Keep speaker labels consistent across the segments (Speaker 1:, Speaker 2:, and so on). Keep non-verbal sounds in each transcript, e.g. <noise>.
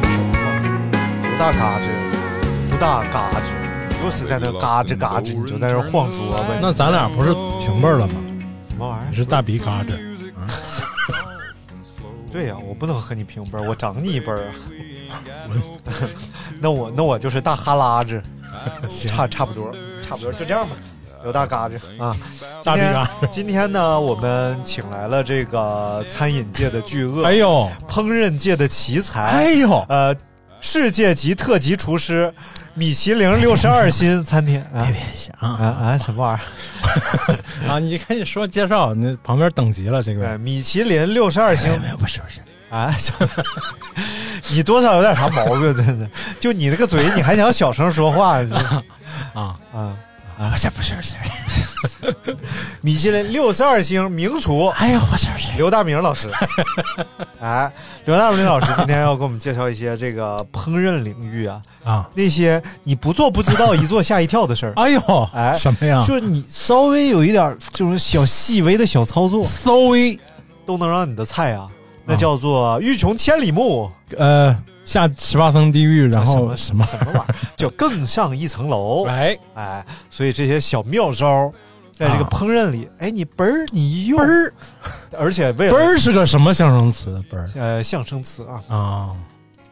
Speaker 1: 不大嘎吱，不大嘎吱，又是在那嘎吱嘎吱，你就在那晃桌呗。
Speaker 2: 那咱俩不是平辈儿了吗？
Speaker 1: 什么玩
Speaker 2: 你
Speaker 1: 意
Speaker 2: 是大鼻嘎子，
Speaker 1: 儿？对呀、我不能和你平辈儿，我长你一辈儿啊。 <laughs> 那我那我就是大哈拉
Speaker 2: <laughs>
Speaker 1: 子，差差不多，差不多就这样吧。有大嘎吱啊！
Speaker 2: 大鼻嘎
Speaker 1: 今天今天呢，我们请来了这个餐饮界的巨鳄，
Speaker 2: 哎呦，
Speaker 1: 烹饪界的奇才，
Speaker 2: 哎呦，
Speaker 1: 呃，世界级特级厨师，米其林六十二星餐
Speaker 2: <laughs>
Speaker 1: 厅。啊
Speaker 2: 别别想
Speaker 1: 啊啊！什么玩意儿？
Speaker 2: 啊！你赶紧说介绍，你旁边等级了，这
Speaker 1: 对，
Speaker 2: 个
Speaker 1: 米其林六十二星
Speaker 2: 哎没有，不是不是，
Speaker 1: 啊！ <laughs> 什么你多少有点啥毛病，真的。就你那个嘴，你还想小声说
Speaker 2: <laughs>
Speaker 1: 话你
Speaker 2: 啊
Speaker 1: 啊？
Speaker 2: 啊，不是不是不 <laughs> 是，
Speaker 1: 米其林六十二星名厨
Speaker 2: 哎呦，不是不是，
Speaker 1: 刘大明老
Speaker 2: <laughs>
Speaker 1: 师，哎，刘大明老师今天要给我们介绍一些这个烹饪领域啊，
Speaker 2: 啊，
Speaker 1: 那些你不做不知道，一做吓一跳的事儿。
Speaker 2: 哎呦，
Speaker 1: 哎
Speaker 2: 什么呀？
Speaker 1: 就是你稍微有一点儿这种小细微的小操作，
Speaker 2: 稍微
Speaker 1: <laughs> 都能让你的菜啊，那叫做欲穷千里目，
Speaker 2: 呃下十八层地狱，然后
Speaker 1: 什么什么什么 <laughs> 玩意儿，就更上一层 <laughs> 楼。
Speaker 2: 哎，
Speaker 1: 哎，所以这些小妙招儿，在这个
Speaker 2: 啊
Speaker 1: 烹饪里，哎，你嘣儿你一用，嘣儿，而且为
Speaker 2: 嘣
Speaker 1: 了
Speaker 2: 儿是个什么象声词？嘣儿
Speaker 1: 呃象声词啊，
Speaker 2: 啊，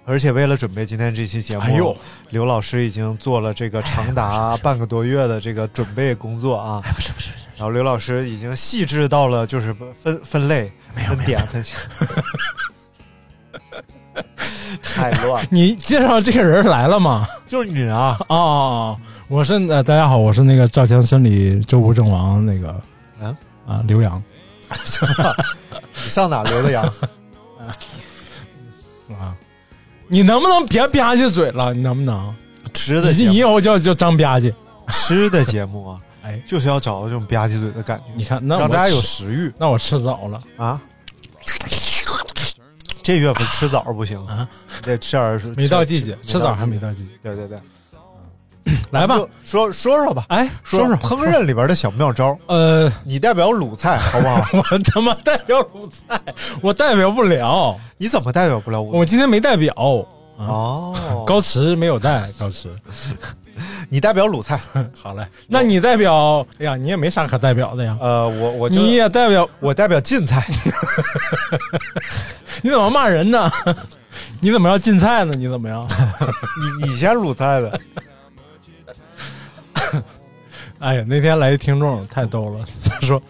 Speaker 1: 而且为了准备今天这期节目，
Speaker 2: 哎呦，哎
Speaker 1: 刘老师已经做了这个长达半个多月的这个准备工作啊。
Speaker 2: 哎，不是不是，不是
Speaker 1: 然后刘老师已经细致到了就是分分类、分点、分项，太乱了。
Speaker 2: 你介绍这个人来了吗？
Speaker 1: 就是你啊，
Speaker 2: 哦哦，哦我是呃，大家好，我是那个赵强心理周吴郑王那个，
Speaker 1: 嗯
Speaker 2: 啊，刘洋
Speaker 1: 你上哪留的
Speaker 2: <laughs>
Speaker 1: 洋？
Speaker 2: 啊，你能不能别吧唧嘴了？你能不能？
Speaker 1: 吃的
Speaker 2: 你
Speaker 1: 节
Speaker 2: 你以
Speaker 1: 目，
Speaker 2: 后就就张吧唧。
Speaker 1: 吃的节目啊，
Speaker 2: <laughs> 哎
Speaker 1: 就是要找到这种吧唧嘴的感觉，
Speaker 2: 你看，那我
Speaker 1: 让大家有
Speaker 2: 吃
Speaker 1: 食欲
Speaker 2: 那我吃早了，
Speaker 1: 啊。这月份吃枣不行，你得吃点儿。
Speaker 2: 啊没到季节，
Speaker 1: 吃
Speaker 2: 吃枣还没。到季节。
Speaker 1: 对对对，
Speaker 2: 来吧，
Speaker 1: 就说说说吧，
Speaker 2: 哎，啊说说
Speaker 1: 烹饪里边的小妙
Speaker 2: <laughs>
Speaker 1: 招。
Speaker 2: 呃，
Speaker 1: 你代表鲁菜好不好？
Speaker 2: <laughs> 我他妈代表鲁菜，我代表不了，
Speaker 1: 你怎么代表不了我？
Speaker 2: 我今天没代表。
Speaker 1: 哦，
Speaker 2: 高驰没有带高驰，
Speaker 1: 你代表鲁菜，
Speaker 2: <laughs> 好嘞，那你代表，哎呀，你也没啥可代表的呀，
Speaker 1: 呃，我我就
Speaker 2: 你也代表，
Speaker 1: 我代表晋
Speaker 2: <laughs>
Speaker 1: 菜，
Speaker 2: 你怎么骂人呢？ <laughs> 你怎么要进菜呢？你怎么样？
Speaker 1: 你你先鲁菜的，
Speaker 2: 哎呀，那天来一听众太逗了， <laughs> 他说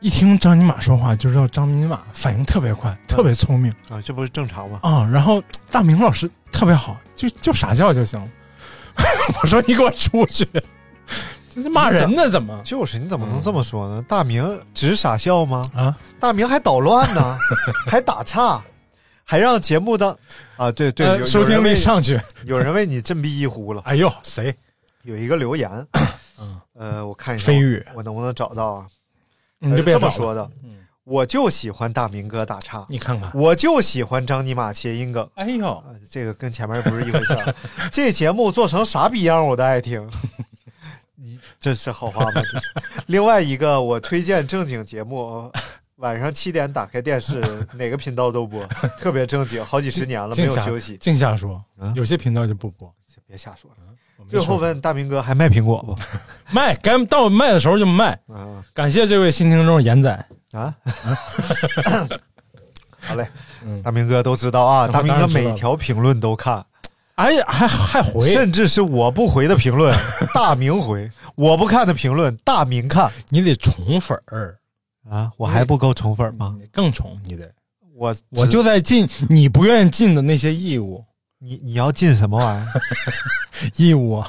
Speaker 2: 一听张尼玛说话就知道张尼玛反应特别快，特别聪明
Speaker 1: 啊，这不是正常吗？
Speaker 2: 啊、然后大明老师特别好，就就傻笑就行了。 <laughs> 我说你给我出去，这是骂人呢，怎么？
Speaker 1: 就是你怎么能这么说呢？大明只傻笑吗？
Speaker 2: 嗯啊，
Speaker 1: 大明还捣乱
Speaker 2: <laughs>
Speaker 1: 呢，还打岔，还让节目当啊，对对，
Speaker 2: 呃
Speaker 1: 有
Speaker 2: 收听率，上去。
Speaker 1: 有人为有人为你振臂一呼了。
Speaker 2: 哎呦，谁？
Speaker 1: 有一个留言，呃，我看一下
Speaker 2: 嗯飞宇，
Speaker 1: 我能不能找到啊？
Speaker 2: 你就
Speaker 1: 呃
Speaker 2: 别
Speaker 1: 这么
Speaker 2: 找
Speaker 1: 说
Speaker 2: 了，
Speaker 1: 的，我就喜欢大明哥打岔，
Speaker 2: 你看看。
Speaker 1: 我就喜欢张尼玛谐音梗。
Speaker 2: 哎呦，
Speaker 1: 啊，这个跟前面不是一回事
Speaker 2: <laughs>
Speaker 1: 儿。这节目做成啥逼样，我都爱听。你这是好话吗？这是另外一个，我推荐正经节目，晚上七点打开电
Speaker 2: <laughs>
Speaker 1: 视，哪个频道都播，特别正经，好几十年了没
Speaker 2: 净
Speaker 1: 有
Speaker 2: 瞎
Speaker 1: 休息。
Speaker 2: 净瞎说
Speaker 1: 啊，
Speaker 2: 有些频道就不播。
Speaker 1: 别瞎说了。
Speaker 2: 我没
Speaker 1: 最后
Speaker 2: 说
Speaker 1: 问大明哥还卖苹果不？
Speaker 2: 卖，该到卖的时候就卖。
Speaker 1: 啊，
Speaker 2: 感谢这位新听众严仔， <laughs>
Speaker 1: 啊，好嘞，大明哥都知道啊，
Speaker 2: 嗯我
Speaker 1: 大明
Speaker 2: 当
Speaker 1: 哥
Speaker 2: 然知道
Speaker 1: 每
Speaker 2: 了
Speaker 1: 条评论都看，
Speaker 2: 哎呀，还还回，
Speaker 1: 甚至是我不回的评
Speaker 2: <laughs>
Speaker 1: 论，大明回；我不看的评论，大明看
Speaker 2: 你得宠粉儿，
Speaker 1: 啊！我还不够宠粉吗？
Speaker 2: 你更宠，你得，
Speaker 1: 嗯我
Speaker 2: 我就在尽你不愿意尽的那些义务，
Speaker 1: 你你要进什么玩
Speaker 2: <laughs>
Speaker 1: 意儿？
Speaker 2: 义务啊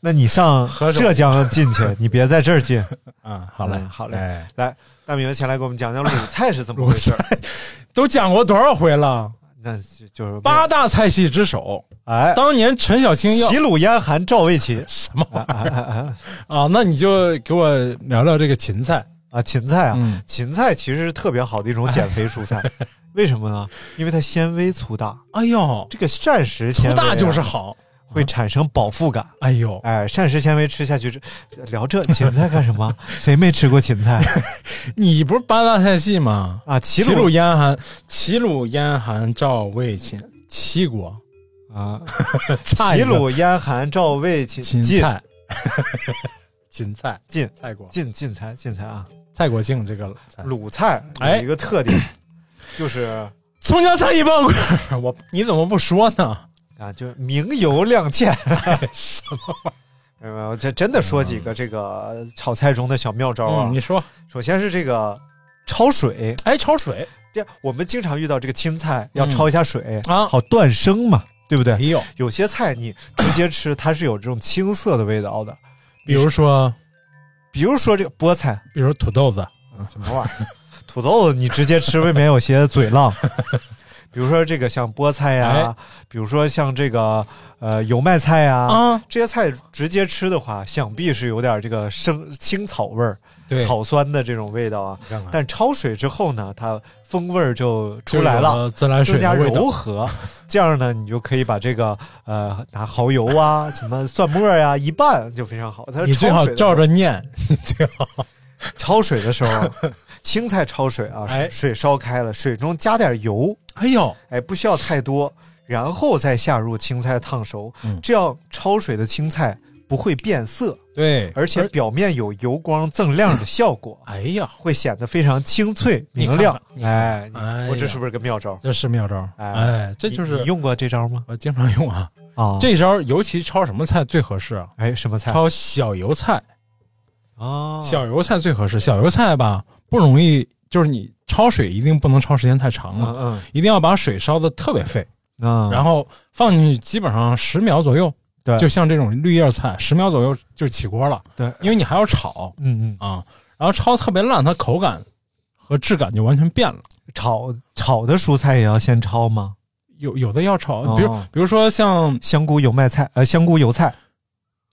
Speaker 1: 那你上
Speaker 2: 合手
Speaker 1: 浙江进
Speaker 2: <laughs>
Speaker 1: 去，你别在这儿进。
Speaker 2: 啊，好嘞，
Speaker 1: 嗯好嘞
Speaker 2: 哎
Speaker 1: 来，大明前来给我们讲讲鲁菜是怎么回事儿。
Speaker 2: 都讲过多少回了？
Speaker 1: <laughs> 那就就是
Speaker 2: 八大菜系之首，
Speaker 1: 哎，
Speaker 2: 当年陈小青要
Speaker 1: 齐鲁燕韩赵魏
Speaker 2: <laughs>
Speaker 1: 秦
Speaker 2: 什么玩意
Speaker 1: 啊啊啊
Speaker 2: 儿啊？那你就给我聊聊这个芹菜，
Speaker 1: 啊！芹菜啊，
Speaker 2: 嗯
Speaker 1: 芹菜其实是特别好的一种减肥蔬
Speaker 2: <laughs>
Speaker 1: 菜，为什么呢？因为它纤维粗大，
Speaker 2: 哎呦，
Speaker 1: 这个膳食纤
Speaker 2: 粗
Speaker 1: 维啊
Speaker 2: 大就是好，
Speaker 1: 会产生饱腹感。
Speaker 2: 哎呦，
Speaker 1: 哎，膳食纤维吃下去之，聊这芹菜干什么？ <laughs> 谁没吃过芹菜
Speaker 2: 你不是八大菜系吗？
Speaker 1: 啊？齐
Speaker 2: 齐
Speaker 1: 鲁
Speaker 2: 鲁燕韩，齐鲁燕韩赵魏秦，七国
Speaker 1: 啊，
Speaker 2: <laughs> 差一
Speaker 1: 齐
Speaker 2: 个
Speaker 1: 鲁燕韩赵魏秦
Speaker 2: 芹
Speaker 1: 晋 <laughs>
Speaker 2: 菜，芹菜
Speaker 1: 晋
Speaker 2: 蔡国
Speaker 1: 晋晋菜晋菜啊，
Speaker 2: 蔡国庆这个菜，
Speaker 1: 鲁菜有
Speaker 2: 哎
Speaker 1: 一个特点，就是
Speaker 2: 葱姜蒜一包棍儿， <laughs> 我你怎么不说呢？
Speaker 1: 啊，就是明油亮芡。
Speaker 2: 哎
Speaker 1: <laughs>
Speaker 2: 什么玩
Speaker 1: 没有没有，这真的说几个这个炒菜中的小妙招
Speaker 2: 意儿？
Speaker 1: 啊
Speaker 2: 嗯，你。说，
Speaker 1: 首先是这个焯水，
Speaker 2: 哎，焯水，
Speaker 1: 这我们经常遇到这个青菜要
Speaker 2: 嗯
Speaker 1: 焯一下水
Speaker 2: 啊
Speaker 1: 好哎断生嘛，对不对？
Speaker 2: 没有，
Speaker 1: 有些菜你直接吃，它是有这种青色的味道的，
Speaker 2: 比如说，
Speaker 1: 比如说这个菠菜，
Speaker 2: 比如说土豆子，
Speaker 1: 什么玩意儿？土豆你直接吃，未免有些嘴浪。 <laughs> 比如说这个像菠菜呀、
Speaker 2: 哎
Speaker 1: 比如说像这个呃油麦菜呀、
Speaker 2: 啊
Speaker 1: 这些菜直接吃的话，想必是有点这个生青草味儿、
Speaker 2: 对，
Speaker 1: 草酸的这种味道啊。
Speaker 2: 你看看
Speaker 1: 但焯水之后呢，它风味儿就出来了，，
Speaker 2: 自来水
Speaker 1: 更加
Speaker 2: 的味
Speaker 1: 柔
Speaker 2: 道。
Speaker 1: 和。这样呢，你就可以把这个呃拿蚝油啊、什么蒜末呀、一拌就非常好。它是
Speaker 2: 你最
Speaker 1: 焯
Speaker 2: 好
Speaker 1: 水的
Speaker 2: 照着念，你最好
Speaker 1: 焯水的时候啊，青菜焯水啊，
Speaker 2: 哎
Speaker 1: 水烧开了，水中加点油，
Speaker 2: 哎呦，
Speaker 1: 哎，不需要太多，然后再下入青菜烫熟，
Speaker 2: 嗯
Speaker 1: 这样焯水的青菜不会变色，
Speaker 2: 对，
Speaker 1: 而且表面有油光锃亮的效果，
Speaker 2: 哎呀，
Speaker 1: 会显得非常清脆
Speaker 2: 你
Speaker 1: 明
Speaker 2: 看
Speaker 1: 亮
Speaker 2: 看。你看
Speaker 1: 哎，你
Speaker 2: 哎呀
Speaker 1: 我这是不是个妙招？
Speaker 2: 这是妙招，
Speaker 1: 哎
Speaker 2: 哎，这就
Speaker 1: 你
Speaker 2: 是
Speaker 1: 你用过这招吗？
Speaker 2: 我经常用啊。
Speaker 1: 啊，
Speaker 2: 这招尤其焯什么菜最合适啊？
Speaker 1: 哎什么菜？
Speaker 2: 焯小油菜，
Speaker 1: 啊，
Speaker 2: 小油菜最合适。小油菜吧不容易，就是你焯水一定不能焯时间太长
Speaker 1: 嗯
Speaker 2: 了，
Speaker 1: 嗯
Speaker 2: 一定要把水烧的特别沸，
Speaker 1: 嗯，
Speaker 2: 啊然
Speaker 1: 后
Speaker 2: 后放进去基本上十秒左右，
Speaker 1: 对
Speaker 2: 就像这种绿叶菜，十秒左右就起锅了，
Speaker 1: 对，
Speaker 2: 因为你还要炒
Speaker 1: 嗯嗯，
Speaker 2: 啊。然后焯特别烂，它口感和质感就完全变了。
Speaker 1: 炒炒的蔬菜也要先焯吗？
Speaker 2: 有有的要炒，
Speaker 1: 哦
Speaker 2: 比如比如说像
Speaker 1: 香菇油麦菜，呃，香菇油菜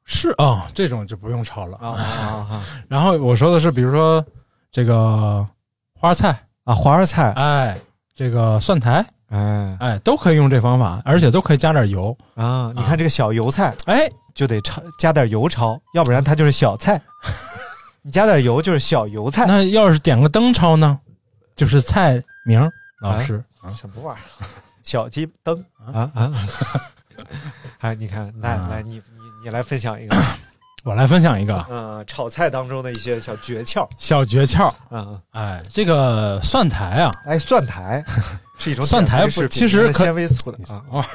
Speaker 2: 是啊、这种就不用炒了。
Speaker 1: 啊
Speaker 2: 哦
Speaker 1: 啊
Speaker 2: 然后我说的是，比如说这个花菜，
Speaker 1: 啊！花儿菜，
Speaker 2: 哎，这个蒜苔，
Speaker 1: 哎
Speaker 2: 哎，都可以用这方法，而且都可以加点油。
Speaker 1: 啊，你看这个小油菜
Speaker 2: 哎，
Speaker 1: 就得焯，加点油焯，要不然它就是小菜。你加点油就是小油菜，
Speaker 2: 那要是点个灯焯呢，就是蔡明
Speaker 1: 啊
Speaker 2: 老师，
Speaker 1: 什么玩意儿？小鸡灯啊啊！ <laughs> 哎，你看，来
Speaker 2: 啊
Speaker 1: 来，你你你来分享一个，
Speaker 2: 我来分享一个
Speaker 1: 嗯，炒菜当中的一些小诀窍。
Speaker 2: 小诀窍。
Speaker 1: 嗯，嗯
Speaker 2: 哎，这个蒜苔啊，
Speaker 1: 哎，蒜 <laughs> 苔是一种
Speaker 2: 蒜苔
Speaker 1: 减肥
Speaker 2: 不
Speaker 1: 食品
Speaker 2: 其实
Speaker 1: 它的
Speaker 2: 可
Speaker 1: 纤维粗的啊，
Speaker 2: 啊，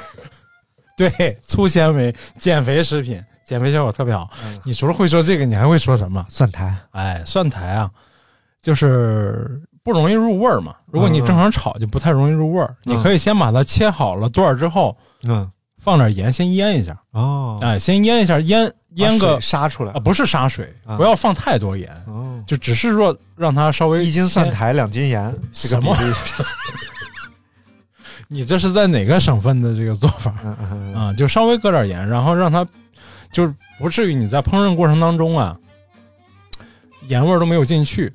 Speaker 2: <laughs> 对，粗纤维减肥食品，减肥效果特别好。
Speaker 1: 嗯
Speaker 2: 你除了会说这个，你还会说什么？
Speaker 1: 蒜苔
Speaker 2: 哎，蒜苔啊，就是不容易入味儿嘛。如果你正常炒，就不太容易入味儿。
Speaker 1: 嗯
Speaker 2: 你可以先把它切好了段儿之后，
Speaker 1: 嗯
Speaker 2: 放点盐，先腌一下。
Speaker 1: 哦，
Speaker 2: 哎，先腌一下，腌腌
Speaker 1: 把
Speaker 2: 个
Speaker 1: 水杀出来
Speaker 2: 啊，不是杀水，
Speaker 1: 啊
Speaker 2: 不要放太多盐，
Speaker 1: 哦，
Speaker 2: 就只是说让它稍微
Speaker 1: 一斤蒜
Speaker 2: 鲜。
Speaker 1: 苔两斤盐，这个比
Speaker 2: 什
Speaker 1: 例，
Speaker 2: 你这是在哪个省份的这个做法
Speaker 1: 嗯嗯嗯
Speaker 2: 啊？就稍微搁点盐，然后让它就是不至于你在烹饪过程当中啊，盐味儿都没有进去。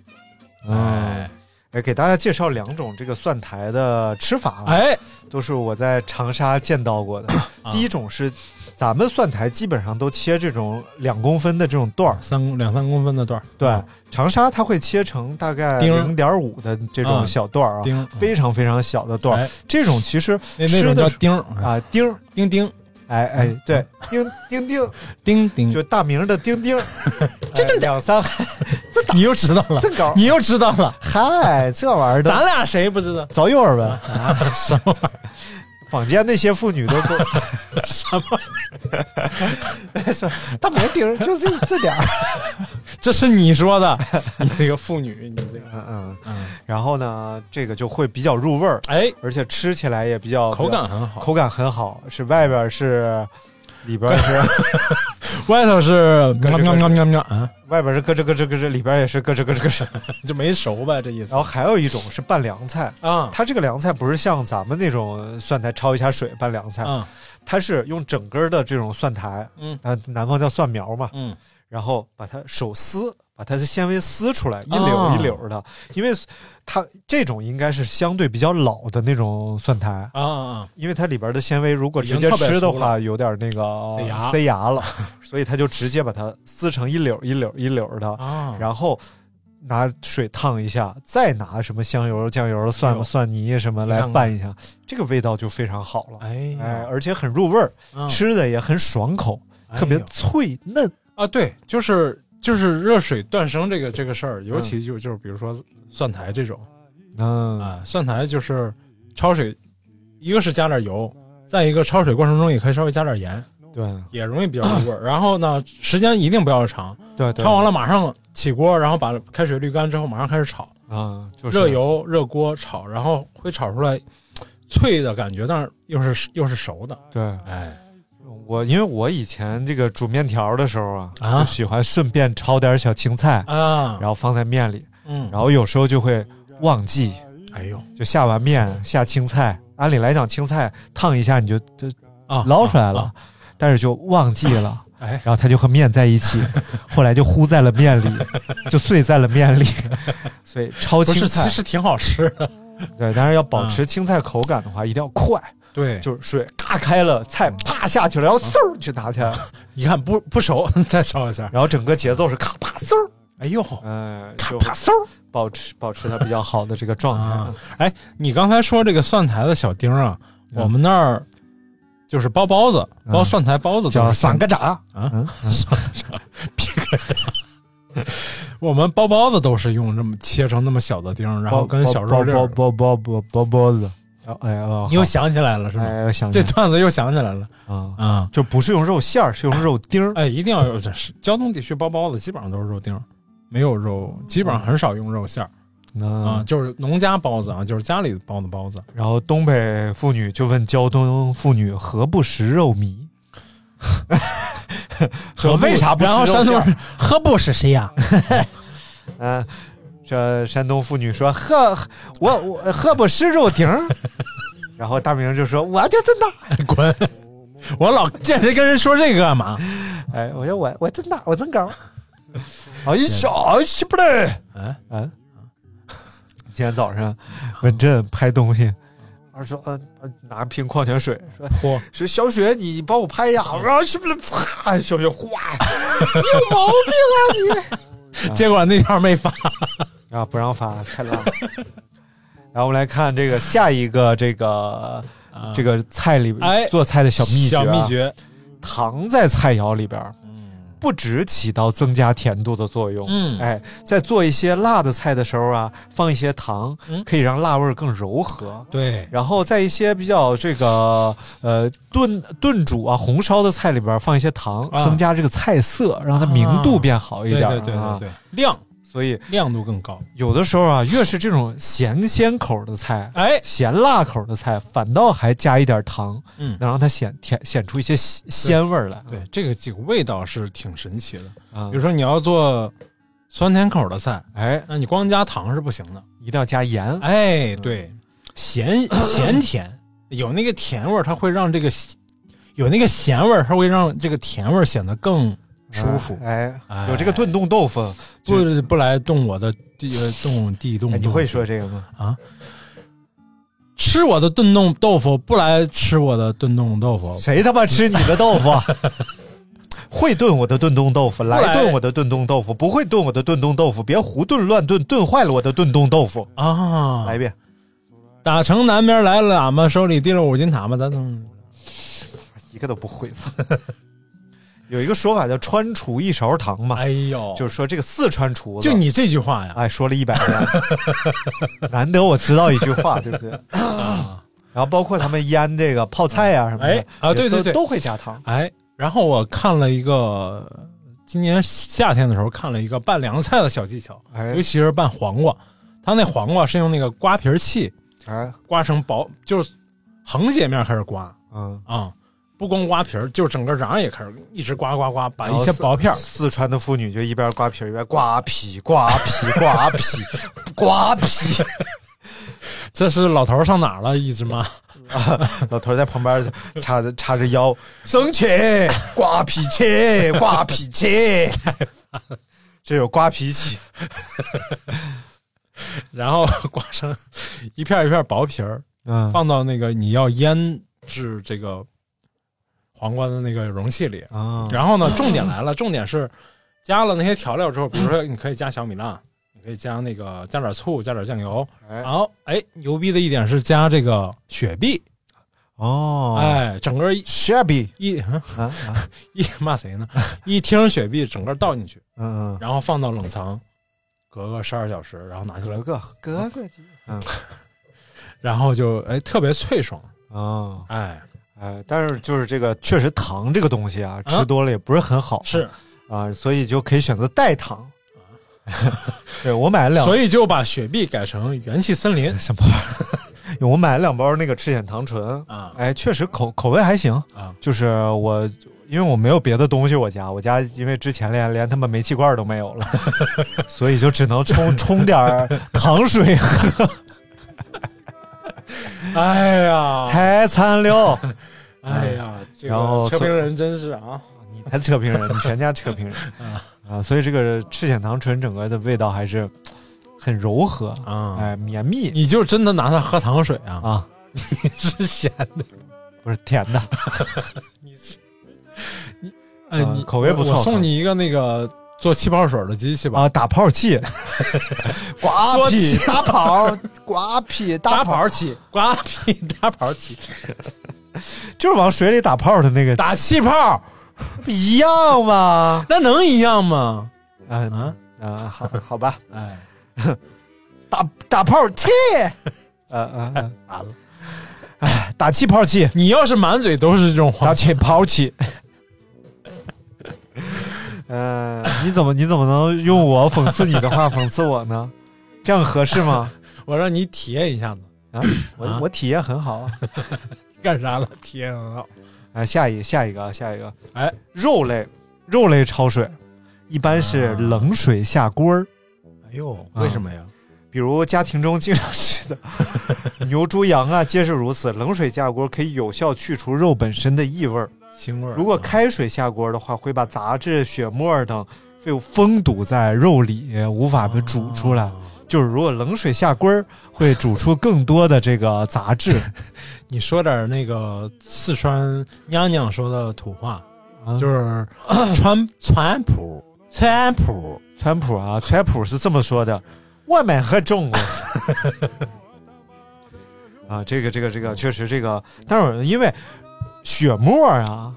Speaker 1: 哎
Speaker 2: 哎，
Speaker 1: 哎，给大家介绍两种这个蒜苔的吃法、啊，
Speaker 2: 哎，
Speaker 1: 都是我在长沙见到过的。
Speaker 2: 啊
Speaker 1: 第一种是，咱们蒜苔基本上都切这种两公分的这种段儿，
Speaker 2: 三两三公分的段儿，
Speaker 1: 对，长沙它会切成大概
Speaker 2: 啊丁儿
Speaker 1: 零点五的这种
Speaker 2: 啊
Speaker 1: 小段儿啊，
Speaker 2: 丁
Speaker 1: 非常非常小的段儿。
Speaker 2: 哎
Speaker 1: 这种其实
Speaker 2: 那那
Speaker 1: 吃
Speaker 2: 种
Speaker 1: 的
Speaker 2: 叫
Speaker 1: 时
Speaker 2: 丁儿
Speaker 1: 啊、，丁儿，
Speaker 2: 丁丁
Speaker 1: 哎哎，对，丁丁丁，
Speaker 2: 丁丁， <laughs>
Speaker 1: 就大名儿的丁丁，哎、两三，这打
Speaker 2: 你又知道了
Speaker 1: 这狗，
Speaker 2: 你又知道
Speaker 1: <laughs>
Speaker 2: 了，
Speaker 1: 嗨，这玩意儿
Speaker 2: 咱
Speaker 1: 的
Speaker 2: 俩谁不知道？
Speaker 1: 早有儿呗。
Speaker 2: <laughs> 什么玩意
Speaker 1: 坊间那些妇女都不
Speaker 2: 儿？什么？
Speaker 1: <laughs> 说大明盯着就这这点儿，
Speaker 2: 这是你
Speaker 1: <laughs>
Speaker 2: 说的？你这个妇女，你这个，
Speaker 1: 嗯嗯嗯。然后呢，这个就会比较入味儿，
Speaker 2: 哎，
Speaker 1: 而且吃起来也比较
Speaker 2: 口感很好。
Speaker 1: 口感很好，是外边儿是，里边儿是
Speaker 2: <laughs> 外
Speaker 1: <laughs>
Speaker 2: 头是
Speaker 1: 咯吱
Speaker 2: 喵喵喵喵喵啊，
Speaker 1: 外边儿是咯吱咯吱咯吱，里边儿也是咯吱咯吱咯吱。
Speaker 2: 就没熟呗，这意思
Speaker 1: 然后还有一种是拌凉菜，
Speaker 2: 啊
Speaker 1: 它这个凉菜不是像咱们那种蒜苔焯一下水拌凉菜，
Speaker 2: 啊
Speaker 1: 它是用整根儿的这种蒜苔，
Speaker 2: 嗯
Speaker 1: 啊，南方叫蒜苗嘛，
Speaker 2: 嗯
Speaker 1: 然后把它手撕，把它的纤维撕出来，一绺
Speaker 2: 哦
Speaker 1: 一绺的，因为它这种应该是相对比较老的那种蒜苔，
Speaker 2: 啊啊
Speaker 1: 因为它里边的纤维如果
Speaker 2: 已
Speaker 1: 直
Speaker 2: 经
Speaker 1: 接
Speaker 2: 特别
Speaker 1: 吃的
Speaker 2: 熟
Speaker 1: 话，有点那个
Speaker 2: 塞牙
Speaker 1: 塞牙了， <laughs> 所以它就直接把它撕成一绺一绺一绺的，
Speaker 2: 啊！
Speaker 1: 然后拿水烫一下，再拿什么香油、酱油、
Speaker 2: 哎
Speaker 1: 蒜
Speaker 2: 呦
Speaker 1: 蒜泥什么来
Speaker 2: 看看
Speaker 1: 拌一下，这个味道就非常好了。
Speaker 2: 哎呀
Speaker 1: 哎，而且很入味儿，
Speaker 2: 嗯
Speaker 1: 哎吃的也很爽口，特别
Speaker 2: 哎呦
Speaker 1: 脆嫩。
Speaker 2: 啊，对，就是就是热水断生这个这个事儿，尤其就就是比如说蒜苔这种
Speaker 1: 嗯，
Speaker 2: 啊，蒜苔就是焯水，一个是加点油，再一个焯水过程中也可以稍微加点盐，
Speaker 1: 对
Speaker 2: 也容易比较入
Speaker 1: <coughs>
Speaker 2: 味儿。然后呢，时间一定不要长，
Speaker 1: 对对，
Speaker 2: 焯完了马上起锅，然后把开水沥干之后马上开始炒，
Speaker 1: 啊，就是
Speaker 2: 热油热锅炒，然后会炒出来脆的感觉，但是又是又是熟的，
Speaker 1: 对。
Speaker 2: 哎，
Speaker 1: 我因为我以前这个煮面条的时候啊，
Speaker 2: 啊
Speaker 1: 就喜欢顺便焯点小青菜，
Speaker 2: 啊，
Speaker 1: 然后放在面里，
Speaker 2: 嗯，
Speaker 1: 然后有时候就会忘记，
Speaker 2: 哎呦
Speaker 1: 就下完面下青菜。按理来讲，青菜烫一下你就就
Speaker 2: 啊，
Speaker 1: 捞出来
Speaker 2: 啊
Speaker 1: 了，， <laughs> 但是就忘记了，
Speaker 2: 啊哎，
Speaker 1: 然后它就和面在一起，后来就糊在了面里，就碎在了面里， <laughs> 所以焯
Speaker 2: 不
Speaker 1: 青
Speaker 2: 是，其
Speaker 1: 菜
Speaker 2: 实挺好吃的，
Speaker 1: 对，但是要保
Speaker 2: 嗯哎
Speaker 1: 持青菜口感的话，一定要快，
Speaker 2: 对，
Speaker 1: 就是水嘎开了，菜
Speaker 2: 嗯
Speaker 1: 啪下去了，然后嗖儿就拿起来了，
Speaker 2: 你看不不熟， <laughs> 再烧一下。
Speaker 1: 然后整个节奏是咔啪嗖儿，
Speaker 2: 哎呦，
Speaker 1: 嗯，就
Speaker 2: 啪嗖儿
Speaker 1: 保持保持它比较好的这个状
Speaker 2: 啊
Speaker 1: 态。！
Speaker 2: 哎，你刚才说这个蒜苔的小丁儿啊，
Speaker 1: 嗯
Speaker 2: 我们那儿就是包包子，
Speaker 1: 嗯
Speaker 2: 包蒜苔包子
Speaker 1: 叫
Speaker 2: 都是
Speaker 1: 散个炸，
Speaker 2: 啊
Speaker 1: 嗯，
Speaker 2: 我们包包子都是用这么切成那么小的丁儿，然后跟小肉粒
Speaker 1: 包
Speaker 2: 儿。
Speaker 1: 包包包包包子，哎呀，
Speaker 2: 你又想起来了是吗？
Speaker 1: 哎，我想
Speaker 2: 这段子又想起来了
Speaker 1: 啊，
Speaker 2: 啊！
Speaker 1: 就不是用肉馅儿，是用肉丁儿。
Speaker 2: 哎，一定要有这是胶东地区包包子，基本上都是肉丁儿，没有肉，基本上很少用肉馅儿啊，
Speaker 1: 嗯，
Speaker 2: 就是农家包子啊，就是家里包的包子。
Speaker 1: 然后东北妇女就问胶东妇女何不食肉糜？ <laughs>
Speaker 2: 何
Speaker 1: 说
Speaker 2: 不
Speaker 1: 为啥不吃
Speaker 2: 然后
Speaker 1: 肉
Speaker 2: 山东
Speaker 1: 馅儿
Speaker 2: 人何不是谁呀？ <laughs>
Speaker 1: 嗯、这山东妇女说呵，我我何不食肉丁儿？ <laughs> 然后大明就说我就真的，
Speaker 2: 滚！我老见谁跟人说这个干嘛？
Speaker 1: 哎，我说我我真的我真高。哎呀，是不得？
Speaker 2: 嗯
Speaker 1: 嗯，今天早上文振拍东西，他说呃拿瓶矿泉水说
Speaker 2: 嚯，
Speaker 1: 说小雪，你帮我拍一下，我说哎是不是？啪，小雪哗， <laughs> 你有毛病啊
Speaker 2: <laughs> 结果那条没发。
Speaker 1: 你！啊，不让发， <laughs> 太烂了。然后我们来看这个下一个这个这个菜里
Speaker 2: 啊哎
Speaker 1: 做菜的 <laughs> 小秘诀、啊
Speaker 2: 小秘，诀，
Speaker 1: 糖在菜肴里边儿不只起到增加甜度的作用，
Speaker 2: 嗯
Speaker 1: 哎，在做一些辣的菜的时候啊，放一些糖
Speaker 2: 嗯，
Speaker 1: 可以让辣味儿更柔和。
Speaker 2: 对，
Speaker 1: 然后在一些比较这个呃炖炖煮啊、红烧的菜里边放一些糖，
Speaker 2: 啊
Speaker 1: 增加这个菜色，让它明度变好一
Speaker 2: 对
Speaker 1: 点。
Speaker 2: 对对对
Speaker 1: 啊
Speaker 2: 对，亮
Speaker 1: 所以
Speaker 2: 亮度更高。
Speaker 1: 有的时候啊，越是这种咸鲜口的菜。
Speaker 2: 哎，
Speaker 1: 咸辣口的菜，反倒还加一点糖，
Speaker 2: 嗯，
Speaker 1: 能让它显甜显出一些鲜鲜味儿来。
Speaker 2: 对，这个几个味道是挺神奇的。
Speaker 1: 啊
Speaker 2: 比如，说你要做酸甜口的菜，
Speaker 1: 哎，
Speaker 2: 那你光加糖是不行的。
Speaker 1: 一定要加盐。
Speaker 2: 哎，对，
Speaker 1: 嗯
Speaker 2: 咸
Speaker 1: <coughs>
Speaker 2: 咸甜有那个甜味儿，它会让这个有那个咸味儿，它会让这个甜味儿显得更舒服。
Speaker 1: 哎，
Speaker 2: 哎
Speaker 1: 有这个炖冻豆腐，就
Speaker 2: 不不来动我的地呃动地动
Speaker 1: 哎，
Speaker 2: 动，
Speaker 1: 你会说这个吗？
Speaker 2: 吃我的炖冻豆腐，不来吃我的炖冻豆腐，
Speaker 1: 谁他妈吃你的豆
Speaker 2: <laughs>
Speaker 1: 腐？啊会炖我的炖冻豆腐，来炖我的炖冻豆腐；不会炖我的炖冻豆腐，别胡炖乱炖，炖坏了我的炖冻豆腐。
Speaker 2: 啊！
Speaker 1: 来一遍，
Speaker 2: 打城南边来了喇嘛，手里提着五金塔嘛，咱怎么
Speaker 1: 一个都不会。 <laughs> 有一个说法叫“川厨一勺糖”嘛，
Speaker 2: 哎呦，
Speaker 1: 就是说这个四川厨子，
Speaker 2: 就你这句话呀，
Speaker 1: <laughs> 哎说了一百遍， <laughs> 难得我知道一句话，对不对？然后包括他们腌这个泡菜啊什么的，
Speaker 2: 啊哎啊
Speaker 1: 也
Speaker 2: 对对
Speaker 1: 都
Speaker 2: 对
Speaker 1: 都会加糖。
Speaker 2: 哎，然后我看了一个今年夏天的时候看了一个拌凉菜的小技巧，
Speaker 1: 哎
Speaker 2: 尤其是拌黄瓜，他那黄瓜是用那个刮皮儿器
Speaker 1: 哎，
Speaker 2: 刮成薄，就是横截面开始刮
Speaker 1: 嗯，
Speaker 2: 啊、不光刮皮儿，就是整个瓤儿也开始一直刮刮刮，把
Speaker 1: 然
Speaker 2: 一
Speaker 1: 后
Speaker 2: 些
Speaker 1: 四
Speaker 2: 薄片儿
Speaker 1: 四川的妇女就一边刮皮儿一边刮皮刮皮刮皮刮皮，
Speaker 2: 这是老头儿上哪儿了？一直 <laughs> 骂，
Speaker 1: 啊老头儿在旁边叉着叉着腰，生气刮脾气 <laughs> 刮脾气，这有刮脾气。<laughs>
Speaker 2: 然后刮成一片儿一片儿薄皮儿，
Speaker 1: 嗯
Speaker 2: 放到那个你要腌制这个黄瓜的那个容器里。
Speaker 1: 啊，
Speaker 2: 然后呢，重点来了，重点是加了那些调料之后，比如说你可以加小米辣，你可以加那个加点醋，加点酱油。
Speaker 1: 哎
Speaker 2: 然后哎，牛逼的一点是加这个雪碧，
Speaker 1: 哦，
Speaker 2: 哎，整个一
Speaker 1: ，Shabby
Speaker 2: 一嗯
Speaker 1: 啊，啊
Speaker 2: 一骂谁
Speaker 1: <laughs>
Speaker 2: 呢？一听雪碧整个倒进去，
Speaker 1: 嗯，
Speaker 2: 然后放到冷藏，隔个十二小时，然后拿出来
Speaker 1: 格，格格
Speaker 2: 啊
Speaker 1: 格鸡，嗯
Speaker 2: 然后就哎特别脆爽，
Speaker 1: 哦，
Speaker 2: 哎
Speaker 1: 哎，但是就是这个确实糖这个东西啊，
Speaker 2: 嗯
Speaker 1: 吃多了也不是很好，
Speaker 2: 是，
Speaker 1: 啊，所以就可以选择代糖。 <laughs> 对我买了两
Speaker 2: 所以就把雪碧改成元气森
Speaker 1: <laughs>
Speaker 2: 林
Speaker 1: 什么玩意儿？我买了两包那个赤藓糖醇，
Speaker 2: 啊
Speaker 1: 哎，确实口口味还行。
Speaker 2: 啊
Speaker 1: 就是我，因为我没有别的东西，我家我家因为之前连连他妈煤气罐都没有了， <laughs> 所以就只能冲冲点儿糖水喝，
Speaker 2: 哎呀，
Speaker 1: 太惨了。
Speaker 2: 哎呀，这
Speaker 1: 然
Speaker 2: 个
Speaker 1: 后
Speaker 2: 车评人真是啊，
Speaker 1: 你才扯平人，你全家扯平人啊！所以这个赤藓糖醇整个的味道还是很柔和
Speaker 2: 啊
Speaker 1: 哎，绵密
Speaker 2: 你就真的拿它喝糖水啊？
Speaker 1: <laughs> 啊，
Speaker 2: 是咸的，
Speaker 1: 不是甜的。
Speaker 2: <laughs> 哎，
Speaker 1: 啊
Speaker 2: 你
Speaker 1: 口味不错
Speaker 2: 我送你一个那个做气泡水的机器吧。
Speaker 1: 啊，打泡
Speaker 2: <laughs>
Speaker 1: 器，刮
Speaker 2: 多
Speaker 1: 屁
Speaker 2: 气
Speaker 1: 打跑，刮屁
Speaker 2: 打
Speaker 1: 打跑，
Speaker 2: 泡起，刮皮 <laughs> 打泡起，
Speaker 1: 就是往水里打泡的那个，
Speaker 2: 打气泡，
Speaker 1: 不一样吗？
Speaker 2: 那能一样吗？
Speaker 1: 啊
Speaker 2: 啊，
Speaker 1: 啊，
Speaker 2: <laughs>
Speaker 1: 好好吧，
Speaker 2: 哎，
Speaker 1: 打打泡器，呃呃，
Speaker 2: 完了，
Speaker 1: 呃 <laughs> 打气泡器，
Speaker 2: 你要是满嘴都是这种话
Speaker 1: 打，气泡器。呃，你怎么你怎么能用我讽刺你的话讽刺我呢？这样合适吗？
Speaker 2: <laughs> 我让你体验一下子， <coughs>
Speaker 1: 啊，我
Speaker 2: 啊
Speaker 1: 我体验很好啊。
Speaker 2: 干啥
Speaker 1: <laughs>
Speaker 2: 了？体验很好。
Speaker 1: 啊，下一下一个啊，下一个，
Speaker 2: 哎，
Speaker 1: 肉类肉类焯水，一般是
Speaker 2: 啊
Speaker 1: 冷水下锅儿，
Speaker 2: 哎呦，
Speaker 1: 啊
Speaker 2: 为什么呀？
Speaker 1: 比如家庭中经常吃的 <laughs> 牛、猪、羊啊，皆是如此。冷水下锅可以有效去除肉本身的异味儿，
Speaker 2: 腥味儿。
Speaker 1: 如果开水下锅的话，会把杂质、血沫等被封堵在肉里，无法被煮出来。
Speaker 2: 啊
Speaker 1: 就是如果冷水下锅儿，会煮出更多的这个杂质。
Speaker 2: 你说点那个四川娘娘说的土话，
Speaker 1: 啊
Speaker 2: 就是
Speaker 1: <coughs>
Speaker 2: 川川普川普
Speaker 1: 川普啊，川普是这么说
Speaker 2: <laughs>
Speaker 1: 的：“我们和中国。”啊，这个这个这个，确实这个，但是因为血沫啊，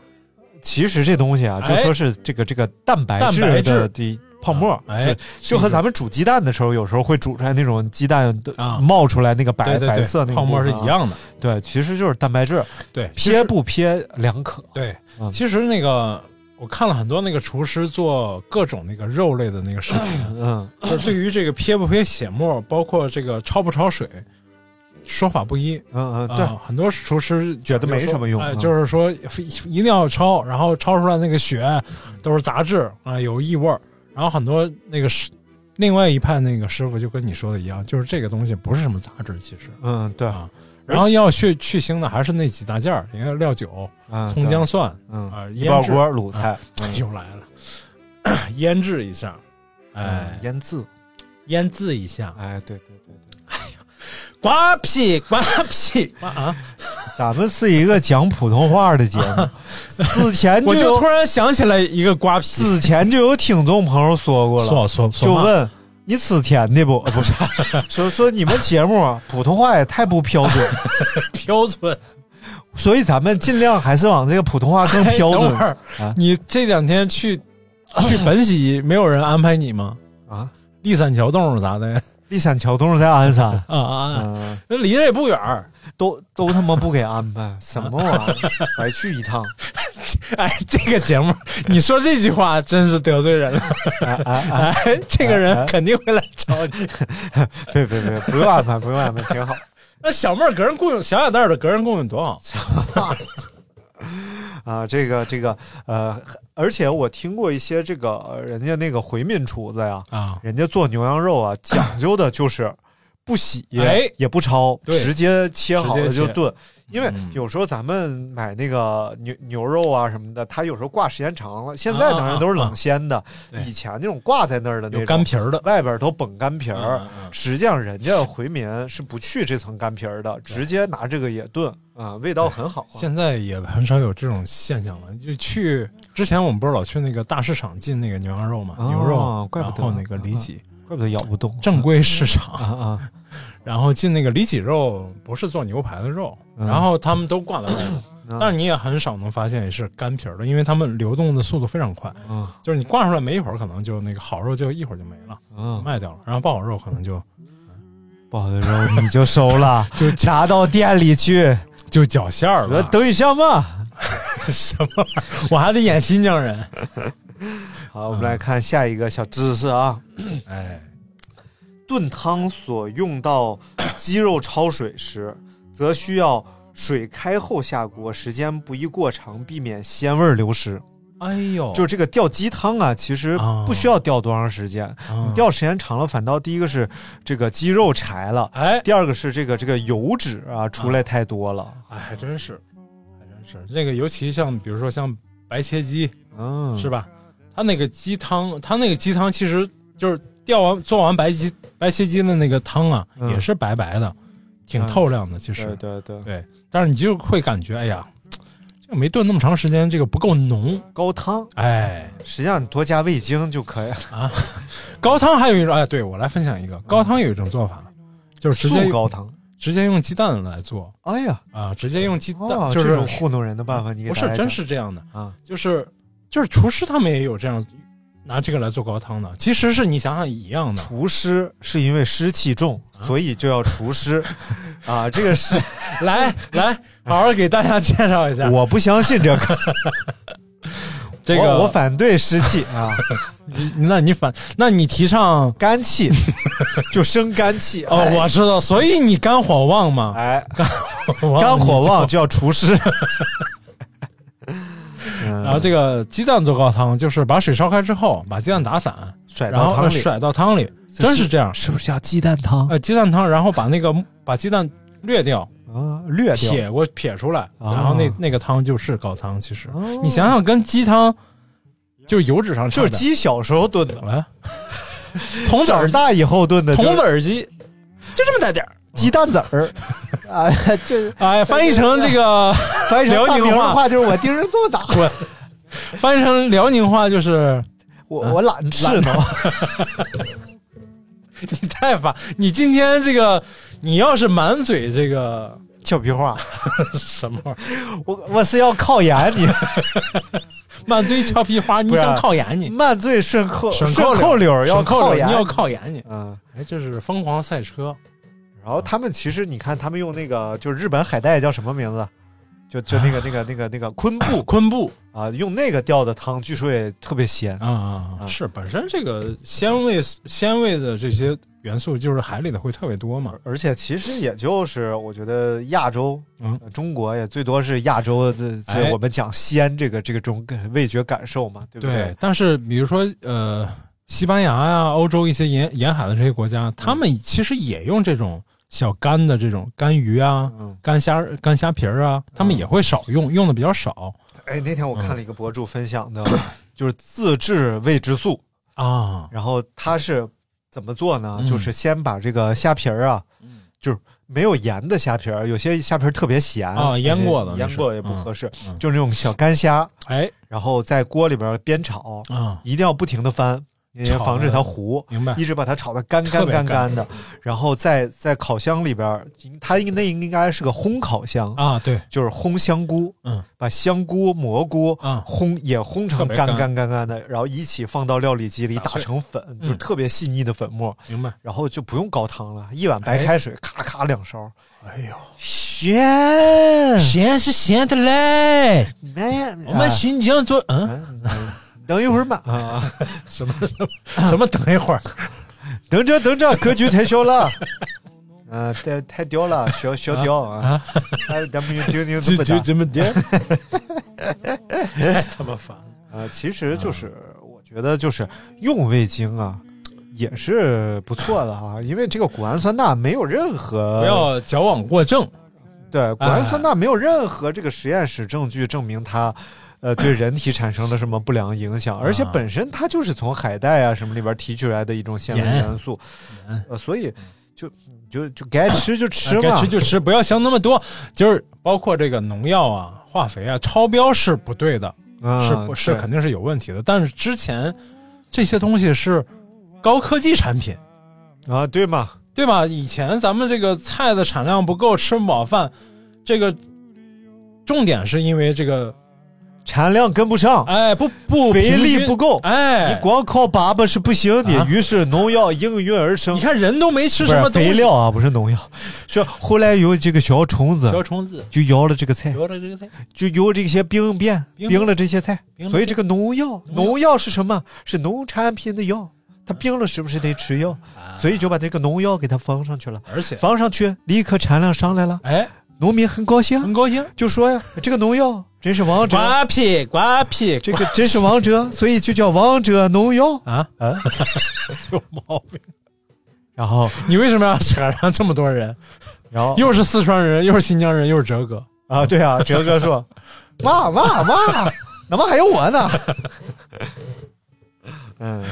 Speaker 1: 其实这东西啊，就
Speaker 2: 哎
Speaker 1: 说是这个这个蛋白
Speaker 2: 蛋
Speaker 1: 质
Speaker 2: 白
Speaker 1: 的
Speaker 2: 质
Speaker 1: 的泡沫，
Speaker 2: 哎
Speaker 1: 就，就和咱们煮鸡蛋的时候，有时候会煮出来那种鸡蛋的
Speaker 2: 啊
Speaker 1: 冒出来那个白、
Speaker 2: 对对
Speaker 1: 白
Speaker 2: 对
Speaker 1: 色那个
Speaker 2: 泡沫是
Speaker 1: 部分啊
Speaker 2: 一，样的，
Speaker 1: 对，其实就是蛋白质，
Speaker 2: 对，其
Speaker 1: 撇
Speaker 2: 实
Speaker 1: 不撇两可，
Speaker 2: 对
Speaker 1: 嗯，
Speaker 2: 其实那个我看了很多那个厨师做各种那个肉类的那个
Speaker 1: <laughs>
Speaker 2: 视频，
Speaker 1: 嗯，
Speaker 2: 就是对于这个撇不撇血沫，包括这个焯不焯水，说法不一。
Speaker 1: 嗯嗯，
Speaker 2: 啊
Speaker 1: 对，
Speaker 2: 很多厨师
Speaker 1: 觉得没什么用
Speaker 2: 哎
Speaker 1: 嗯
Speaker 2: 就是说一定要焯，然后焯出来那个血都是杂质啊、有异味儿。然后很多那个师，另外一派那个师傅就跟你说的一样，就是这个东西不是什么杂质，其实。
Speaker 1: 嗯对，
Speaker 2: 啊然后要去去腥的还是那几大件儿，你看料酒、
Speaker 1: 嗯
Speaker 2: 葱
Speaker 1: 对
Speaker 2: 姜蒜
Speaker 1: 嗯
Speaker 2: 啊、
Speaker 1: 一
Speaker 2: 腌
Speaker 1: 爆
Speaker 2: 制啊
Speaker 1: 锅卤菜，嗯
Speaker 2: 又来了， <coughs> 腌制一下，哎
Speaker 1: 嗯，，腌渍，
Speaker 2: 腌制一下，
Speaker 1: 哎，对对对对，
Speaker 2: 瓜皮瓜皮 <laughs> 瓜啊！
Speaker 1: 咱们是一个讲普通话的节
Speaker 2: <laughs>
Speaker 1: 目，之前
Speaker 2: 我就
Speaker 1: 有
Speaker 2: 突然想起来一个瓜皮，
Speaker 1: 之前就有听众朋友说过了，
Speaker 2: 说说
Speaker 1: 就问你吃甜的
Speaker 2: <laughs>
Speaker 1: 不？呃不是，说说你们节目啊普通话也太不标准，
Speaker 2: 标准，
Speaker 1: 所以咱们尽量还是往这个普通话更标准
Speaker 2: 哎等会儿
Speaker 1: 啊
Speaker 2: 你这两天 <laughs> 去去本溪，没有人安排你吗？
Speaker 1: 啊！
Speaker 2: 立山桥洞啥的
Speaker 1: 立山桥洞在鞍山，
Speaker 2: 啊啊，啊
Speaker 1: 嗯，
Speaker 2: 那离着也不远儿。
Speaker 1: 都都他妈不给安排，什么玩意儿，白去一
Speaker 2: <laughs>
Speaker 1: 趟！
Speaker 2: 哎，这个 <laughs> 节目，你说这句话真是得罪人了。
Speaker 1: 哎哎哎，
Speaker 2: 哎，这个人肯定会来找你。
Speaker 1: 别别别，不用安排，不用安排，挺好。
Speaker 2: 那小妹儿个人供养，小雅蛋儿的个人供养多好？
Speaker 1: 啊，这个这个呃，而且我听过一些这个呃人家那个回民厨子呀，
Speaker 2: 啊，
Speaker 1: 人家做牛羊肉啊，讲
Speaker 2: <coughs>
Speaker 1: 究的就是不洗，
Speaker 2: 哎
Speaker 1: 也不焯，
Speaker 2: 对
Speaker 1: 直接切好了
Speaker 2: 直接
Speaker 1: 就
Speaker 2: 切
Speaker 1: 炖。因为
Speaker 2: 嗯
Speaker 1: 有时候咱们买那个牛牛肉啊什么的，它有时候挂时间长了，现在
Speaker 2: 啊啊
Speaker 1: 当然都是
Speaker 2: 啊
Speaker 1: 冷鲜的，
Speaker 2: 对
Speaker 1: 以前那种挂在那儿的那种
Speaker 2: 有干皮儿的。
Speaker 1: 外边都绷干皮儿，
Speaker 2: 嗯嗯嗯
Speaker 1: 实际上人家回民是不去这层干皮儿的，直接拿这个也炖啊、味道很好、啊。
Speaker 2: 现在也很少有这种现象了。就
Speaker 1: 嗯
Speaker 2: 去之前，我们不是老去那个大市场进那个牛羊肉嘛，
Speaker 1: 哦
Speaker 2: 牛肉，
Speaker 1: 怪不得嗯
Speaker 2: 然后那个里脊
Speaker 1: 怪不得咬不动
Speaker 2: 正规市
Speaker 1: 啊
Speaker 2: 场，
Speaker 1: 啊！
Speaker 2: 然后进那个里脊肉，不是做牛排的肉，
Speaker 1: 嗯
Speaker 2: 然后他们都挂在外头，
Speaker 1: 嗯
Speaker 2: 但是你也很少能发现是干皮儿的，因为他们流动的速度非常快，
Speaker 1: 嗯
Speaker 2: 就是你挂出来没一会儿，可能就那个好肉就一会儿就没了，
Speaker 1: 嗯，
Speaker 2: 卖掉了，然后不好肉可能就
Speaker 1: 不好的时候你就收了， <laughs> 就拿到店里去。
Speaker 2: 就绞馅
Speaker 1: 我
Speaker 2: 儿了，
Speaker 1: 等一下嘛。
Speaker 2: 什么玩意儿？我还得演新疆人，
Speaker 1: 好，我们来看下一个小知识啊。
Speaker 2: 哎，
Speaker 1: 炖汤所用到鸡肉焯水时，则需要水开后下锅，时间不宜过长，避免鲜味儿流失。
Speaker 2: 哎呦，
Speaker 1: 就这个吊鸡汤哦啊，其实不需要吊多长时间，
Speaker 2: 嗯
Speaker 1: 你吊时间长了，反倒第一个是这个鸡肉柴了，
Speaker 2: 哎。
Speaker 1: 第二个是这个这个油脂啊出来太多了。
Speaker 2: 哎，还真是，还真是。那个，尤其像比如说像白切鸡，
Speaker 1: 嗯，
Speaker 2: 是吧？它那个鸡汤，它那个鸡汤其实就是吊完做完白鸡白切鸡的那个汤啊，
Speaker 1: 嗯
Speaker 2: 也是白白的，挺
Speaker 1: 嗯
Speaker 2: 透亮的。其实，
Speaker 1: 对对对，
Speaker 2: 但是你就会感觉，哎呀，这个没炖那么长时间，这个不够浓。
Speaker 1: 高汤
Speaker 2: 哎，
Speaker 1: 实际上你多加味精就可以了，
Speaker 2: 高汤还有一种，哎，对我来分享一个高汤有一种做法，就是直接
Speaker 1: 素
Speaker 2: 用
Speaker 1: 高汤。
Speaker 2: 直接用鸡蛋来做
Speaker 1: 哎呀，
Speaker 2: 啊，直接用鸡蛋，
Speaker 1: 哦，
Speaker 2: 就
Speaker 1: 这
Speaker 2: 是
Speaker 1: 种糊弄人的办法，你给
Speaker 2: 不
Speaker 1: 大家
Speaker 2: 是真
Speaker 1: 讲
Speaker 2: 是这样的。
Speaker 1: 啊，
Speaker 2: 就是就是厨师他们也有这样拿这个来做高汤的，其实是你想想一样的。
Speaker 1: 厨师是因为湿气重，
Speaker 2: 啊
Speaker 1: 所以就要厨
Speaker 2: <laughs>
Speaker 1: 师啊，这个是
Speaker 2: 来 <laughs> 来，好好给大家介绍一下
Speaker 1: 我不相信这个，
Speaker 2: <laughs> 这个。
Speaker 1: 我我反对湿气啊，
Speaker 2: 你，那你反，那你提倡
Speaker 1: 肝
Speaker 2: <laughs>
Speaker 1: 气就生肝气
Speaker 2: 哦，
Speaker 1: 哎
Speaker 2: 我知道，所以你肝火旺嘛，
Speaker 1: 哎，
Speaker 2: 肝
Speaker 1: 肝火
Speaker 2: <laughs>
Speaker 1: 旺。就要厨师。嗯
Speaker 2: 然后这个鸡蛋做高汤，就是把水烧开之后，把鸡蛋打散，
Speaker 1: 甩
Speaker 2: 然
Speaker 1: 到
Speaker 2: 后
Speaker 1: 汤
Speaker 2: 呃
Speaker 1: 里，
Speaker 2: 甩到汤里，真是这样。
Speaker 1: 是不是叫鸡蛋汤
Speaker 2: 呃，鸡蛋汤，然后把那个把鸡蛋略掉，
Speaker 1: 啊？略掉
Speaker 2: 撇过撇出来，
Speaker 1: 啊
Speaker 2: 然后那那个汤就是高汤。其实、
Speaker 1: 哦
Speaker 2: 你想想，跟鸡汤就是油脂上差
Speaker 1: 就
Speaker 2: 的
Speaker 1: 是鸡小时候炖的，
Speaker 2: 来，童子儿
Speaker 1: 长大以后炖的
Speaker 2: 童子
Speaker 1: 儿
Speaker 2: 儿鸡，就这么大点儿。
Speaker 1: 鸡蛋子儿 <laughs> 啊，这
Speaker 2: 哎，翻译成这个，
Speaker 1: 翻译成
Speaker 2: 辽
Speaker 1: 大
Speaker 2: 宁
Speaker 1: 名
Speaker 2: 话
Speaker 1: 的话就是我盯着这么打，
Speaker 2: 翻译成辽宁话就是
Speaker 1: 我我嗯懒吃呢，
Speaker 2: <laughs> 你太烦，你今天这个，你要是满嘴这个
Speaker 1: 俏皮话，
Speaker 2: 什么玩意儿，
Speaker 1: <laughs> 我我是要考研你，
Speaker 2: 满嘴俏皮话，你
Speaker 1: 不是
Speaker 2: 想考
Speaker 1: <laughs>
Speaker 2: 研你，
Speaker 1: 慢醉顺扣
Speaker 2: 省
Speaker 1: 顺扣溜儿要
Speaker 2: 省扣
Speaker 1: 考
Speaker 2: 柳
Speaker 1: 研
Speaker 2: 你，要靠研你。
Speaker 1: 嗯。
Speaker 2: 哎，这是疯狂赛车，
Speaker 1: 然后他们其实你看，他们用那个就是日本海带叫什么名字？就就那个那个那个那个昆布
Speaker 2: 昆布
Speaker 1: 啊，用那个吊的汤，据说也特别鲜。
Speaker 2: 啊啊
Speaker 1: 啊
Speaker 2: 啊！是本身这个鲜味鲜味的这些元素，就是海里的会特别多嘛。
Speaker 1: 而且其实也就是我觉得亚洲，
Speaker 2: 嗯
Speaker 1: 呃中国也最多是亚洲的，
Speaker 2: 哎
Speaker 1: 这我们讲鲜这个这个种味觉感受嘛，对不
Speaker 2: 对，但是比如说呃，西班牙呀、欧洲一些沿沿海的这些国家，他们其实也用这种小干的这种干鱼啊、
Speaker 1: 嗯，
Speaker 2: 干虾、干虾皮儿啊，他们也会少用，用的比较少
Speaker 1: 哎，那天我看了一个博主分享的，就是自制味之素，
Speaker 2: 啊。
Speaker 1: 然后他是怎么做呢？
Speaker 2: 嗯
Speaker 1: 就是先把这个虾皮儿啊，就是没有盐的虾皮儿，有些虾皮儿特别咸
Speaker 2: 啊腌过的那
Speaker 1: 腌
Speaker 2: 是
Speaker 1: 过也不合适，
Speaker 2: 嗯嗯
Speaker 1: 就是那种小干虾，
Speaker 2: 哎
Speaker 1: 然后在锅里边煸炒，
Speaker 2: 啊，
Speaker 1: 一定要不停的翻，因为防止它糊，
Speaker 2: 明白
Speaker 1: 哎一直把它炒的干
Speaker 2: 特
Speaker 1: 干
Speaker 2: 别
Speaker 1: 干
Speaker 2: 干
Speaker 1: 干的，然后在在烤箱里边儿，它应那应该是个烘烤箱，
Speaker 2: 啊？对，
Speaker 1: 就是烘香菇，
Speaker 2: 嗯，
Speaker 1: 把香菇、蘑菇
Speaker 2: 啊
Speaker 1: 烘也烘成
Speaker 2: 特别
Speaker 1: 干
Speaker 2: 干
Speaker 1: 干干干的，然后一起放到料理机里
Speaker 2: 打
Speaker 1: 打
Speaker 2: 碎
Speaker 1: 成粉，就是
Speaker 2: 嗯
Speaker 1: 特别细腻的粉末，
Speaker 2: 明白。
Speaker 1: 然后就不用高汤了，一碗白开水，
Speaker 2: 哎
Speaker 1: 咔咔两勺，
Speaker 2: 咸
Speaker 1: 嗯
Speaker 2: 咸是咸的嘞，
Speaker 1: 哎呀，
Speaker 2: 我们新疆做嗯
Speaker 1: 哎等一会儿吧啊，
Speaker 2: <laughs> 什么什么什么？等一会儿，
Speaker 1: 等着等着，格局太小了。 <laughs> 啊，太太屌了，小小屌啊！哎，咱们就听
Speaker 2: <laughs>
Speaker 1: 听怎么讲
Speaker 2: 么的，太他妈烦了。
Speaker 1: 啊？其实就是，我觉得就是用味精啊，也是不错的啊，因为这个谷氨酸钠没有任何
Speaker 2: 不要哎矫枉过正，
Speaker 1: 呃对，谷氨酸钠没有任何这个实验室证据证明它，呃，对人体产生了什么不良影响，而
Speaker 2: 啊
Speaker 1: 且本身它就是从海带啊什么里边提取来的一种纤维
Speaker 2: 盐呃
Speaker 1: 元素，呃，所以就就就该吃就吃
Speaker 2: 该
Speaker 1: 嘛
Speaker 2: 吃，就吃，不要想那么多。就是包括这个农药啊、化肥啊，超标是不对的，是
Speaker 1: 嗯
Speaker 2: 不是
Speaker 1: 对
Speaker 2: 肯定是有问题的。但是之前这些东西是高科技产品，
Speaker 1: 啊，对嘛，
Speaker 2: 对吧？以前咱们这个菜的产量不够，吃不饱饭，这个重点是因为这个，
Speaker 1: 产量跟不上，
Speaker 2: 哎，不不
Speaker 1: 肥
Speaker 2: 平
Speaker 1: 力
Speaker 2: 均
Speaker 1: 不够，
Speaker 2: 哎，
Speaker 1: 你光靠粑粑是不行的，
Speaker 2: 啊
Speaker 1: 于是农药应运而生
Speaker 2: 你。看人都没吃什
Speaker 1: 不
Speaker 2: 么
Speaker 1: 是
Speaker 2: 东西
Speaker 1: 肥料啊，不是农药，是后来有这个小虫子
Speaker 2: 小虫嗯子，
Speaker 1: 就咬了这个菜，
Speaker 2: 留着这个菜，
Speaker 1: 就由这些病变
Speaker 2: 病
Speaker 1: 病了这些菜
Speaker 2: 病，了
Speaker 1: 所以这个农药，
Speaker 2: 农药
Speaker 1: 农药是什么？是农产品的药。它病了是不是得吃药？
Speaker 2: 啊
Speaker 1: 所以就把这个农药给它放上去了，
Speaker 2: 而且
Speaker 1: 放上去立刻产量上来了，
Speaker 2: 哎，
Speaker 1: 农民很高兴，啊
Speaker 2: 很高兴，
Speaker 1: 就说呀，这个农药真是王者，
Speaker 2: 瓜皮瓜皮，
Speaker 1: 这个真是王者，所以就叫王者农药。
Speaker 2: 啊
Speaker 1: 啊，
Speaker 2: 有毛病！
Speaker 1: 然后，
Speaker 2: 你为什么要扯上这么多人？
Speaker 1: 然后
Speaker 2: 又是四川人，又是新疆人，又是哲哥，
Speaker 1: 啊，对啊，哲哥 <laughs> 说，妈妈妈，怎么还有我呢？嗯，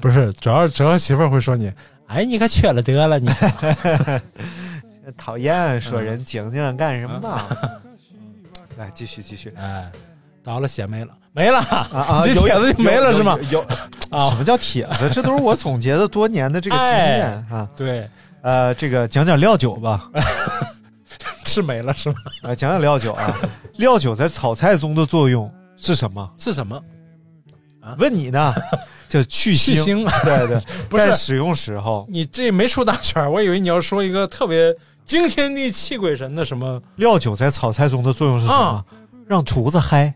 Speaker 2: 不是，主要是哲哥媳妇儿会说你，哎，你可缺了得了你。
Speaker 1: <laughs> 讨厌说人静静干什么嘛？嗯 <laughs> 来，继续继续
Speaker 2: 哎，倒了血没了，没了
Speaker 1: 啊 <laughs> 啊！
Speaker 2: 你这
Speaker 1: 有
Speaker 2: 帖子就没了是吗？？
Speaker 1: 有有有什
Speaker 2: 啊，
Speaker 1: 么叫帖子？这都是我总结的多年的这个经验啊。
Speaker 2: 对，
Speaker 1: 呃，这个讲讲料酒吧，
Speaker 2: 是没了是吗？
Speaker 1: 啊，讲讲料酒啊。料酒在炒菜中的作用是什么？
Speaker 2: 是什么？
Speaker 1: 问你 <laughs> 呢，叫啊去
Speaker 2: 去
Speaker 1: 腥。
Speaker 2: 腥？
Speaker 1: 对对，
Speaker 2: 不是
Speaker 1: 在使用时候，
Speaker 2: 你这没出大圈儿，我以为你要说一个特别惊天地泣鬼神的什么
Speaker 1: 料酒在炒菜中的作用是什么
Speaker 2: 啊？
Speaker 1: 让厨子
Speaker 2: <laughs>
Speaker 1: 嗨，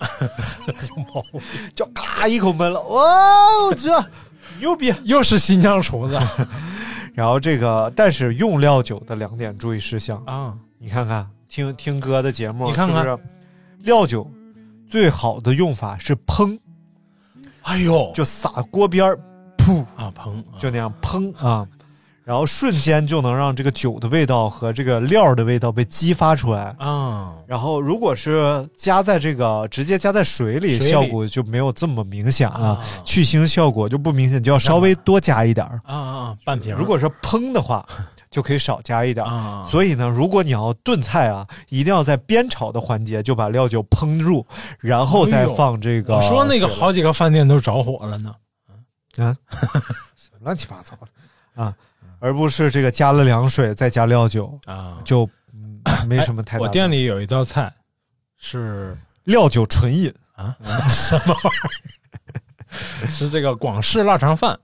Speaker 2: 毛病，
Speaker 1: <laughs> 就嘎一口闷了，哇哦，这牛逼！
Speaker 2: 又是新疆厨子
Speaker 1: <laughs> 然后这个，但是用料酒的两点注意事项，
Speaker 2: 啊！
Speaker 1: 你看看，听听哥的节目，
Speaker 2: 你看看
Speaker 1: 是不是？料酒最好的用法是烹，
Speaker 2: 哎呦，
Speaker 1: 就撒锅边儿，噗，
Speaker 2: 啊鹏，啊
Speaker 1: 就那样烹啊，然后瞬间就能让这个酒的味道和这个料儿的味道被激发出来。
Speaker 2: 啊，
Speaker 1: 然后，如果是加在这个直接加在水里，
Speaker 2: 水里
Speaker 1: 效果就没有这么明显啊，
Speaker 2: 啊
Speaker 1: 去腥效果就不明显，就要稍微多加一点儿。
Speaker 2: 啊啊，半瓶儿。
Speaker 1: 如果是烹的 <laughs> 话，就可以少加一点儿。
Speaker 2: 啊，
Speaker 1: 所以呢，如果你要炖菜啊，一定要在煸炒的环节就把料酒烹入，然后再放这个。
Speaker 2: 我说那个好几个饭店都着火了呢。
Speaker 1: 乱七八糟的啊，而不是这个加了凉水再加料酒，
Speaker 2: 啊，
Speaker 1: <coughs> 就、嗯、没什么太大。
Speaker 2: 我店里有一道菜是
Speaker 1: 料酒纯饮
Speaker 2: 啊什么玩
Speaker 1: <laughs>
Speaker 2: 意儿？是这个广式腊肠饭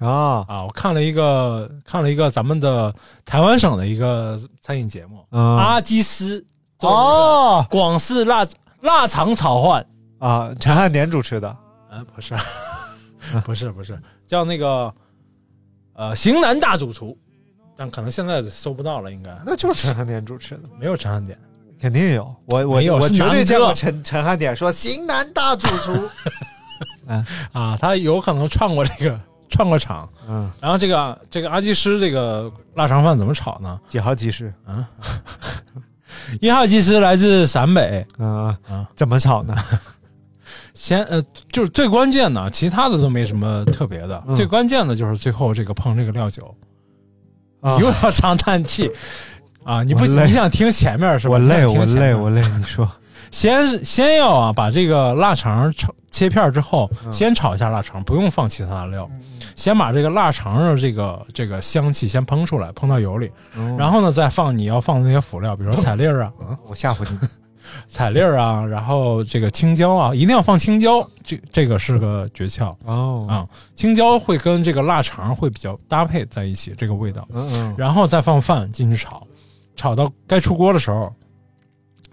Speaker 1: 啊，
Speaker 2: 啊！我看了一个看了一个咱们的台湾省的一个餐饮节目，
Speaker 1: 嗯
Speaker 2: 阿基斯做的那
Speaker 1: 哦
Speaker 2: 个广式腊腊肠炒饭，
Speaker 1: 啊，陈汉典主持的
Speaker 2: 啊，不是， <laughs> 不是，不是，叫那个呃型男大主厨，但可能现在搜不到了，应该
Speaker 1: 那就是陈汉典主持的，
Speaker 2: 没有陈汉典。
Speaker 1: 肯定有。我我
Speaker 2: 没有
Speaker 1: 我
Speaker 2: 是
Speaker 1: 绝对
Speaker 2: 南
Speaker 1: 见过
Speaker 2: 哥
Speaker 1: 陈陈汉典说“型男大主厨
Speaker 2: 啊，他有可能串过这个串过场。”，
Speaker 1: 嗯，
Speaker 2: 然后这个这个阿基师这个腊肠饭怎么炒呢？
Speaker 1: 几号技师？
Speaker 2: 一号技师来自陕北，
Speaker 1: 嗯
Speaker 2: 啊，
Speaker 1: 怎么炒呢？
Speaker 2: 先呃就是最关键的，其他的都没什么特别的，
Speaker 1: 嗯
Speaker 2: 最关键的就是最后这个碰这个料酒，
Speaker 1: 啊
Speaker 2: 又要长叹气。啊，你不
Speaker 1: 我累
Speaker 2: 你想听前面是吧？
Speaker 1: 我
Speaker 2: 你
Speaker 1: 累，
Speaker 2: 想听
Speaker 1: 我
Speaker 2: <laughs> 前
Speaker 1: 累，
Speaker 2: 面
Speaker 1: 我累。你说，
Speaker 2: 先先要啊，把这个腊肠炒切片儿之后，
Speaker 1: 嗯
Speaker 2: 先炒一下腊肠，不用放其他的料，
Speaker 1: 嗯
Speaker 2: 先把这个腊肠的这个这个香气先烹出来，烹到油里，
Speaker 1: 嗯
Speaker 2: 然后呢再放你要放的那些辅料，比
Speaker 1: <laughs>
Speaker 2: 如说彩粒儿啊、
Speaker 1: 我吓唬你，
Speaker 2: 彩粒儿啊，然后这个青椒啊，一定要放青椒，这这个是个诀窍。
Speaker 1: 哦
Speaker 2: 啊青椒会跟这个腊肠会比较搭配在一起，这个味道，
Speaker 1: 嗯嗯，
Speaker 2: 然后再放饭进去炒，炒到该出锅的时候，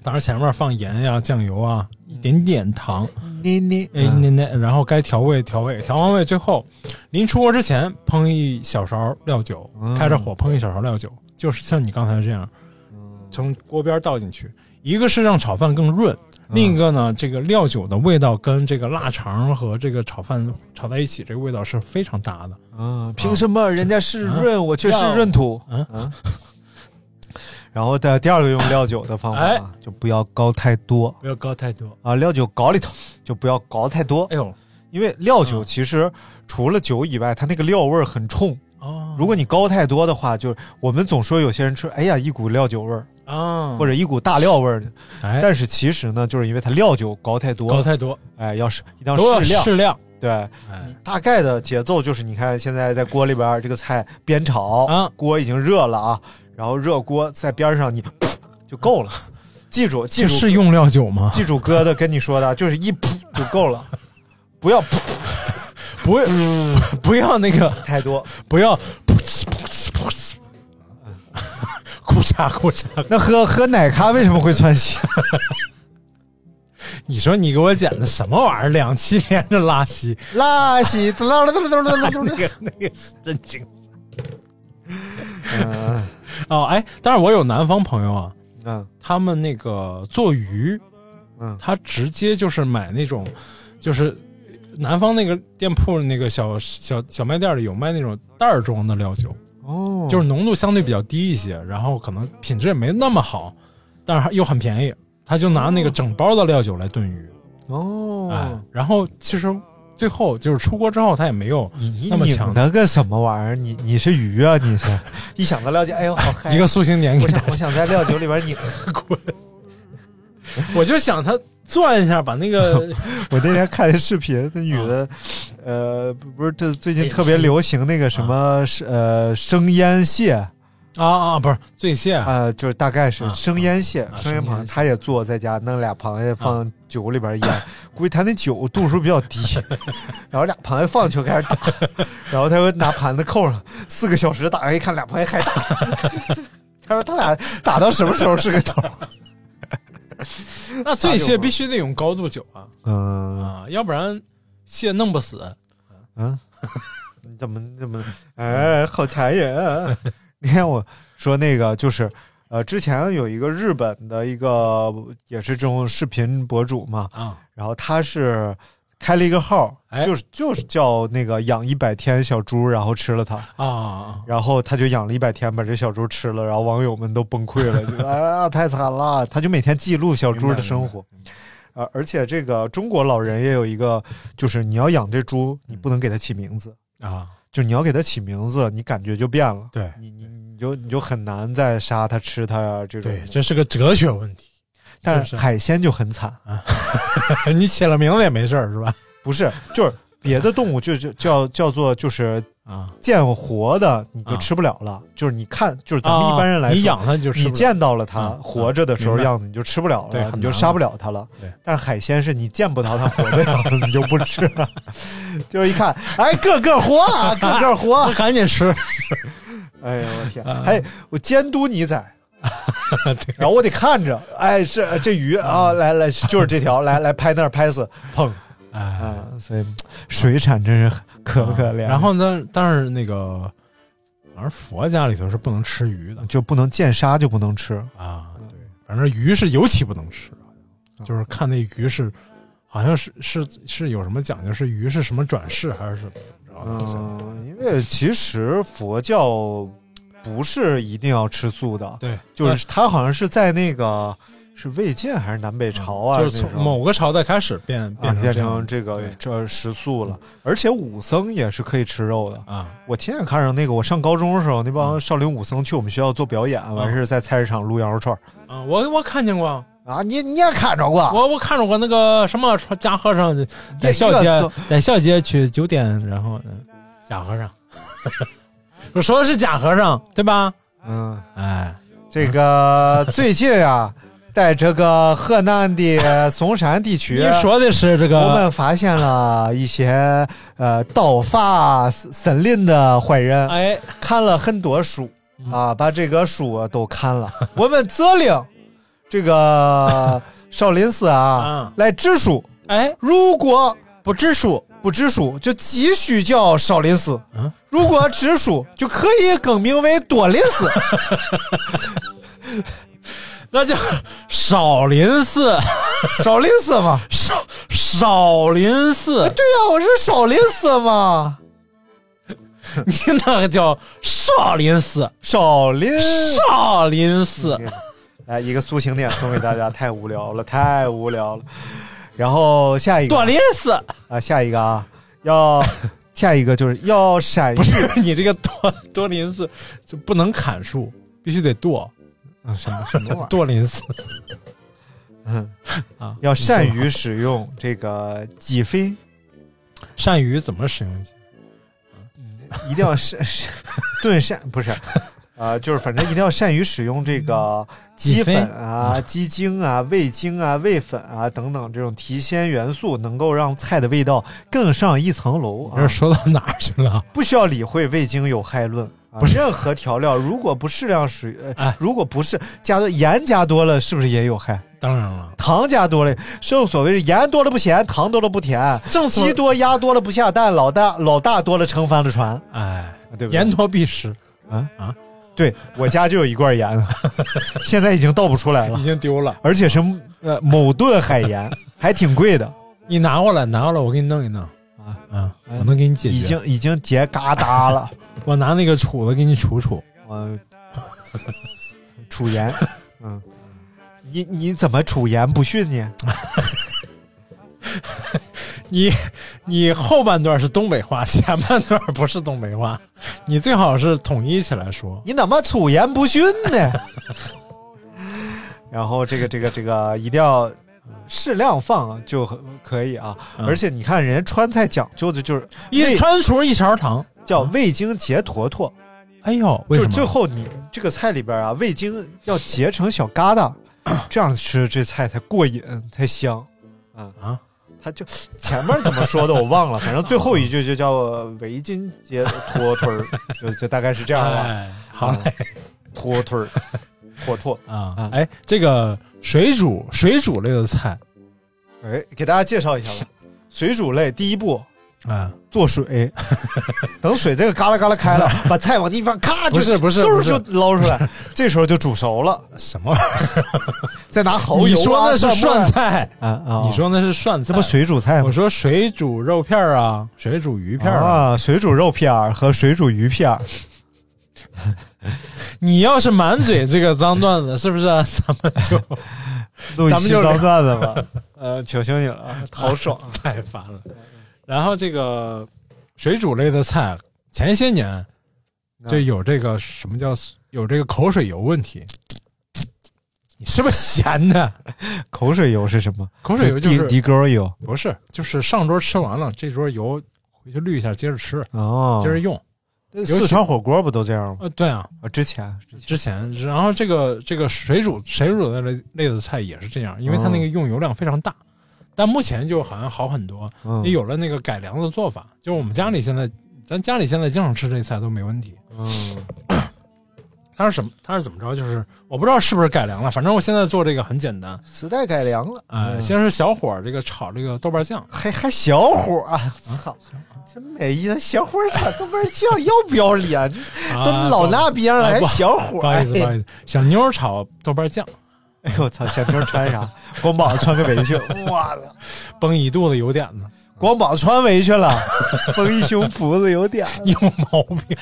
Speaker 2: 当然前面放盐呀、酱油啊，一点点糖，
Speaker 1: 捏捏
Speaker 2: 哎，那那然后该调味调味，调完味最后，临出锅之前烹一小勺料酒，
Speaker 1: 嗯
Speaker 2: 开着火烹一小勺料酒，就是像你刚才这样，
Speaker 1: 嗯
Speaker 2: 从锅边倒进去，一个是让炒饭更润，
Speaker 1: 嗯
Speaker 2: 另一个呢，这个料酒的味道跟这个腊肠和这个炒饭炒在一起，这个味道是非常搭的。
Speaker 1: 嗯，凭什么人家是润，我却
Speaker 2: 啊要
Speaker 1: 是闰土？
Speaker 2: 嗯
Speaker 1: 嗯。然后的第二个用料酒的方法
Speaker 2: 哎
Speaker 1: 啊，就不要高太多
Speaker 2: 不要高太多。
Speaker 1: 啊，料酒搞里头就不要搞太多，
Speaker 2: 哎呦，
Speaker 1: 因为料酒
Speaker 2: 嗯
Speaker 1: 其实除了酒以外，它那个料味儿很冲。
Speaker 2: 哦，
Speaker 1: 如果你高太多的话，就是我们总说有些人吃，哎呀，一股料酒味儿
Speaker 2: 啊，
Speaker 1: 或者一股大料味儿，
Speaker 2: 哎，
Speaker 1: 但是其实呢，就是因为它料酒高太
Speaker 2: 高
Speaker 1: 多，
Speaker 2: 太多，
Speaker 1: 哎，要是一定
Speaker 2: 都
Speaker 1: 要
Speaker 2: 要
Speaker 1: 适量，
Speaker 2: 适量。
Speaker 1: 对，
Speaker 2: 哎，
Speaker 1: 大概的节奏就是，你看现在在锅里边儿这个菜边炒，
Speaker 2: 啊
Speaker 1: 锅已经热了啊，然后热锅在边上你噗就够了，记住记
Speaker 2: 这
Speaker 1: 住
Speaker 2: 是用料酒吗？
Speaker 1: 记住哥的跟你说的，就是一噗就够了，不要噗嗯
Speaker 2: 不要， <laughs> 不要那个，
Speaker 1: 太多，
Speaker 2: 不要，噗呲噗呲噗呲， <laughs> 咕嚓咕嚓。
Speaker 1: 那喝喝奶咖为什么会窜稀？
Speaker 2: 你说你给我剪的什么玩意儿？两期连着拉稀，
Speaker 1: 拉稀啦啦啦啦啦啦
Speaker 2: 那
Speaker 1: 啦，
Speaker 2: 个那个是真精
Speaker 1: 嗯
Speaker 2: 哦！哎，但是我有南方朋友啊，
Speaker 1: 嗯
Speaker 2: 他们那个做鱼，
Speaker 1: 嗯
Speaker 2: 他直接就是买那种，就是南方那个店铺那个小小小卖店里有卖那种袋儿装的料酒，
Speaker 1: 哦，
Speaker 2: 就是浓度相对比较低一些，然后可能品质也没那么好，但是又很便宜，他就拿那个整包的料酒来炖鱼，哎
Speaker 1: 哦，，
Speaker 2: 然后其实最后就是出锅之后，他也没有
Speaker 1: 你你
Speaker 2: 那么
Speaker 1: 拧
Speaker 2: 强
Speaker 1: 的个什么玩意儿？你你是鱼啊？你是 <laughs> 一想到料酒，哎呦好嗨！
Speaker 2: 一个塑形年
Speaker 1: 我
Speaker 2: 给大
Speaker 1: 想我
Speaker 2: 家
Speaker 1: 想在料酒里边拧。
Speaker 2: 滚。 <laughs> 我就想他攥一下，把
Speaker 1: <laughs>
Speaker 2: 那个
Speaker 1: <laughs> 我那天看一视频，那女的，呃，不不是，这最近特别流行那个什么，是呃，生腌蟹，
Speaker 2: 啊啊，不是醉蟹，
Speaker 1: 呃，就是大概是
Speaker 2: 啊
Speaker 1: 生腌蟹
Speaker 2: 啊，
Speaker 1: 生腌
Speaker 2: 生
Speaker 1: 螃
Speaker 2: 腌
Speaker 1: 蟹，
Speaker 2: 蟹啊
Speaker 1: 她也做在家弄俩螃蟹放酒里边腌，估计她那酒度数比较
Speaker 2: <laughs>
Speaker 1: 低，然后俩螃蟹放就开始打，然后她又拿盘子扣上，四个小时打完一看俩螃蟹还打，
Speaker 2: <laughs>
Speaker 1: 她说他俩打到什么时候是个头？
Speaker 2: <laughs> 那醉蟹必须得用高度酒啊
Speaker 1: 嗯
Speaker 2: <laughs> 啊，要不然蟹弄不死。
Speaker 1: 嗯，你怎么你怎么？哎，好残忍、啊！你看我说那个就是，呃，之前有一个日本的一个也是这种视频博主嘛，
Speaker 2: 啊，
Speaker 1: 然后他是开了一个号，
Speaker 2: 哎
Speaker 1: 就是就是叫那个养一百天小猪，然后吃了它，
Speaker 2: 啊啊
Speaker 1: 然后他就养了一百天，把这小猪吃了，然后网友们都崩溃
Speaker 2: <laughs>
Speaker 1: 了，就啊太惨了，他就每天记录小猪的生活。呃，而且这个中国老人也有一个，就是你要养这猪，你不能给它起名字，
Speaker 2: 啊啊！
Speaker 1: 就你要给它起名字，你感觉就变了，
Speaker 2: 对
Speaker 1: 你你你就你就很难再杀它吃它呀这种。
Speaker 2: 对，这是个哲学问题。
Speaker 1: 但
Speaker 2: 是
Speaker 1: 是
Speaker 2: 不是
Speaker 1: 海鲜就很惨，
Speaker 2: <laughs> 你起了名字也没事儿
Speaker 1: <laughs>
Speaker 2: 是吧？
Speaker 1: 不是就是别的动物就就叫叫做就是
Speaker 2: 啊，
Speaker 1: 见活的你就
Speaker 2: 啊
Speaker 1: 吃不了了，就是你看就是咱们一般人来
Speaker 2: 啊
Speaker 1: 说，啊
Speaker 2: 你养它就是
Speaker 1: 你见到了它
Speaker 2: 嗯嗯
Speaker 1: 活着的时候
Speaker 2: 明白
Speaker 1: 样子，你就吃不了
Speaker 2: 对
Speaker 1: 了，
Speaker 2: 很
Speaker 1: 你就
Speaker 2: 难
Speaker 1: 杀不了它了
Speaker 2: 对。
Speaker 1: 但是海鲜是你见不到它活的样子，你就不吃了， <laughs> 就是一看，哎，个个活 <laughs> 啊，个个活
Speaker 2: 那，赶紧 <laughs> 吃。
Speaker 1: 哎呦我天
Speaker 2: 啊，
Speaker 1: 哎，我监督你 <laughs> 宰，
Speaker 2: 对，
Speaker 1: 然后我得看着，哎，是这鱼啊，来来，就是这条，来来拍那儿拍死，砰
Speaker 2: 哎，
Speaker 1: 啊！所以水产真是很可可怜。
Speaker 2: 然后呢，但是那个，反正佛家里头是不能吃鱼的
Speaker 1: 就不能见杀就不能吃，
Speaker 2: 啊。
Speaker 1: 嗯
Speaker 2: 对，反正鱼是尤其不能吃，啊
Speaker 1: 啊
Speaker 2: 就是看那鱼是，好像是是是有什么讲究，是鱼是什么转世还是什么怎么着的不行。
Speaker 1: 嗯，因为其实佛教不是一定要吃素的，
Speaker 2: 对，
Speaker 1: 就是他好像是在那个是魏晋还是南北朝啊，
Speaker 2: 嗯就是
Speaker 1: 那
Speaker 2: 从
Speaker 1: 时候
Speaker 2: 某个朝代开始变
Speaker 1: 啊
Speaker 2: 变成
Speaker 1: 变
Speaker 2: 这样
Speaker 1: 成这个
Speaker 2: 对嗯
Speaker 1: 这食素了，而且武僧也是可以吃肉的。
Speaker 2: 啊。
Speaker 1: 我亲眼看上那个，我上高中的时
Speaker 2: 嗯
Speaker 1: 候，那帮少林武僧去我们学校做表演，完事在菜市场撸羊肉串儿
Speaker 2: 嗯啊，我我看见过，
Speaker 1: 啊，你你也看着过？
Speaker 2: 我我看着过那个什么假和尚在
Speaker 1: 也
Speaker 2: 校
Speaker 1: 一个
Speaker 2: 街
Speaker 1: 搜，
Speaker 2: 在校街去酒店，然后嗯假和尚， <laughs> 我说的是假和尚对吧？
Speaker 1: 嗯，
Speaker 2: 哎，
Speaker 1: 这个最近啊，在这个河南的嵩山地区
Speaker 2: 你，说的是这
Speaker 1: 我
Speaker 2: 个，
Speaker 1: 们发现了一些呃盗伐森林的坏人，
Speaker 2: 哎，嗯
Speaker 1: 看了很多书啊，把这个书都看了。我们责令这
Speaker 2: <laughs>
Speaker 1: 个少林寺啊
Speaker 2: 嗯
Speaker 1: 来治书，
Speaker 2: 哎，
Speaker 1: 如果
Speaker 2: 不知数，
Speaker 1: 不治书，就继续叫少林寺
Speaker 2: 嗯；
Speaker 1: 如果治书，就可以更名为多林
Speaker 2: <laughs>
Speaker 1: 寺。
Speaker 2: 那叫少林寺，
Speaker 1: 少林寺嘛，
Speaker 2: 少少林寺， <laughs>
Speaker 1: 对呀、我是少林寺嘛。
Speaker 2: 你那个叫少林寺，
Speaker 1: 少林，
Speaker 2: 少林寺，
Speaker 1: 哎，一个抒情点送给大家，太无聊了，太无聊了。然后下一个
Speaker 2: 多林寺，
Speaker 1: 啊，下一个啊，要下一个就是要善于
Speaker 2: 不是你这个多多林寺就不能砍树，必须得剁，
Speaker 1: 嗯什么什么玩意儿，嗯
Speaker 2: 多林寺啊
Speaker 1: 要善于使用这个几飞，
Speaker 2: 鳝鱼怎么使用？
Speaker 1: 啊一定要善善炖善不是。呃，就是反正一定要善于使用这个鸡
Speaker 2: 几飞
Speaker 1: 粉啊、鸡精啊、味精啊、味粉啊等等这种提鲜元素，能够让菜的味道更上一层楼啊。
Speaker 2: 这说到哪儿去了？
Speaker 1: 不需要理会味精有害论。啊
Speaker 2: 不是
Speaker 1: 任何调料，如果不适量使用，呃
Speaker 2: 哎
Speaker 1: 如果不是加多盐加多了，是不是也有害？
Speaker 2: 当然了，
Speaker 1: 糖加多了，正所谓是盐多了不咸，糖多了不甜，
Speaker 2: 正所
Speaker 1: 鸡多鸭多了不下蛋，老大老大多了撑翻了船，
Speaker 2: 哎，
Speaker 1: 对不对
Speaker 2: 言？多必失，
Speaker 1: 对我家就有一罐
Speaker 2: <laughs>
Speaker 1: 盐，现在已经倒不出来了
Speaker 2: 已，经丢了。
Speaker 1: 而且是呃某顿海盐，还挺贵的，
Speaker 2: 你拿过来，拿过来，我给你弄一弄
Speaker 1: 啊
Speaker 2: 啊！我能给你解决。
Speaker 1: 已经已经结疙瘩了。
Speaker 2: 我拿那个杵子给你杵杵。
Speaker 1: 我呃楚
Speaker 2: <laughs>
Speaker 1: 言，嗯，你你怎么楚言不逊呢？
Speaker 2: 你你后半段是东北话，前半段不是东北话， <laughs> 你最好是统一起来说。
Speaker 1: 你怎么楚言不逊呢？ <laughs> 然后这个这个这个一定要适量放就很可以啊，
Speaker 2: 嗯
Speaker 1: 而且你看人家川菜讲究的就是
Speaker 2: 一
Speaker 1: 味
Speaker 2: 川厨一勺糖，
Speaker 1: 叫味精结坨坨，
Speaker 2: 哎呦，为
Speaker 1: 就
Speaker 2: 什
Speaker 1: 是最
Speaker 2: 么？
Speaker 1: 后你这个菜里边啊，味精要结成小疙
Speaker 2: <coughs>
Speaker 1: 瘩，这样吃这菜才过瘾才香。
Speaker 2: 啊，
Speaker 1: 他就前面怎么说的我
Speaker 2: <laughs>
Speaker 1: 忘了，反正最后一句就叫呃围巾结拖腿儿，就就大概是这样吧。
Speaker 2: <laughs> 哎，好嘞
Speaker 1: 嗯拖
Speaker 2: <laughs>
Speaker 1: 腿儿，拖拖。
Speaker 2: 啊
Speaker 1: 啊，
Speaker 2: 哎，这个水煮水煮类的菜
Speaker 1: 哎，给大家介绍一
Speaker 2: <laughs>
Speaker 1: 下吧。水煮类第一步
Speaker 2: 啊，
Speaker 1: 做
Speaker 2: <laughs>
Speaker 1: 水，等水这个嘎啦嘎啦开了，把菜往地方咔就
Speaker 2: 不是不是
Speaker 1: 嗖
Speaker 2: 不是
Speaker 1: 就捞出
Speaker 2: <laughs>
Speaker 1: 来，这时候就煮熟了，
Speaker 2: 什么玩意儿？
Speaker 1: <laughs> 再拿蚝
Speaker 2: 你
Speaker 1: 油
Speaker 2: 说
Speaker 1: 啊
Speaker 2: 那是
Speaker 1: 蒜末
Speaker 2: 涮
Speaker 1: 啊
Speaker 2: 菜，
Speaker 1: 啊啊！
Speaker 2: 你说那是涮菜，
Speaker 1: 这不水煮菜吗
Speaker 2: 我？说水煮肉片儿啊，水煮鱼片儿啊。
Speaker 1: 啊，水煮肉片儿和水煮鱼片儿，
Speaker 2: 你要是满嘴这个脏段子，是不是、啊咱们就
Speaker 1: 录一
Speaker 2: <laughs> 咱们
Speaker 1: 期
Speaker 2: 就啊
Speaker 1: 脏段子
Speaker 2: <laughs>
Speaker 1: 吧。呃，求求你了，好爽。啊
Speaker 2: 太烦了？然后这个水煮类的菜，前些年就有这个什么叫有这个口水油问题。你是不是闲的？
Speaker 1: 口水油是什么？
Speaker 2: 口水油就是
Speaker 1: 地沟油
Speaker 2: 不是，就是上桌吃完了，这桌油回去滤一下，接着吃，
Speaker 1: 哦
Speaker 2: 接着用。
Speaker 1: 四川火锅不都这样吗？
Speaker 2: 呃，对啊，
Speaker 1: 啊，之前
Speaker 2: 之前，然后这个这个水煮水煮的类类的菜也是这样，因为它
Speaker 1: 哦
Speaker 2: 那个用油量非常大。但目前就好像好很多，
Speaker 1: 嗯
Speaker 2: 也有了那个改良的做法。就是我们家里现在，咱家里现在经常吃这菜都没问题。
Speaker 1: 嗯
Speaker 2: <clears throat> 它是什么？它是怎么着？就是我不知道是不是改良了，反正我现在做这个很简单。
Speaker 1: 时代改良了，
Speaker 2: 呃，
Speaker 1: 嗯
Speaker 2: 先是小火儿这个炒这个豆瓣酱，
Speaker 1: 还还小伙啊，操，真没意思，小伙炒豆瓣酱要不要脸？
Speaker 2: 啊
Speaker 1: 都老那边了，
Speaker 2: 啊
Speaker 1: 还
Speaker 2: 不
Speaker 1: 小伙？
Speaker 2: 不好意思，不好
Speaker 1: 哎
Speaker 2: 意思，小妞儿炒豆瓣酱，
Speaker 1: 哎呦我操，小妞穿啥？光膀子穿个
Speaker 2: <laughs>
Speaker 1: 围裙，哇了，
Speaker 2: 崩一肚子油点子， <laughs>
Speaker 1: 光膀子穿围裙了，绷一胸脯子有点儿。
Speaker 2: 你有毛病。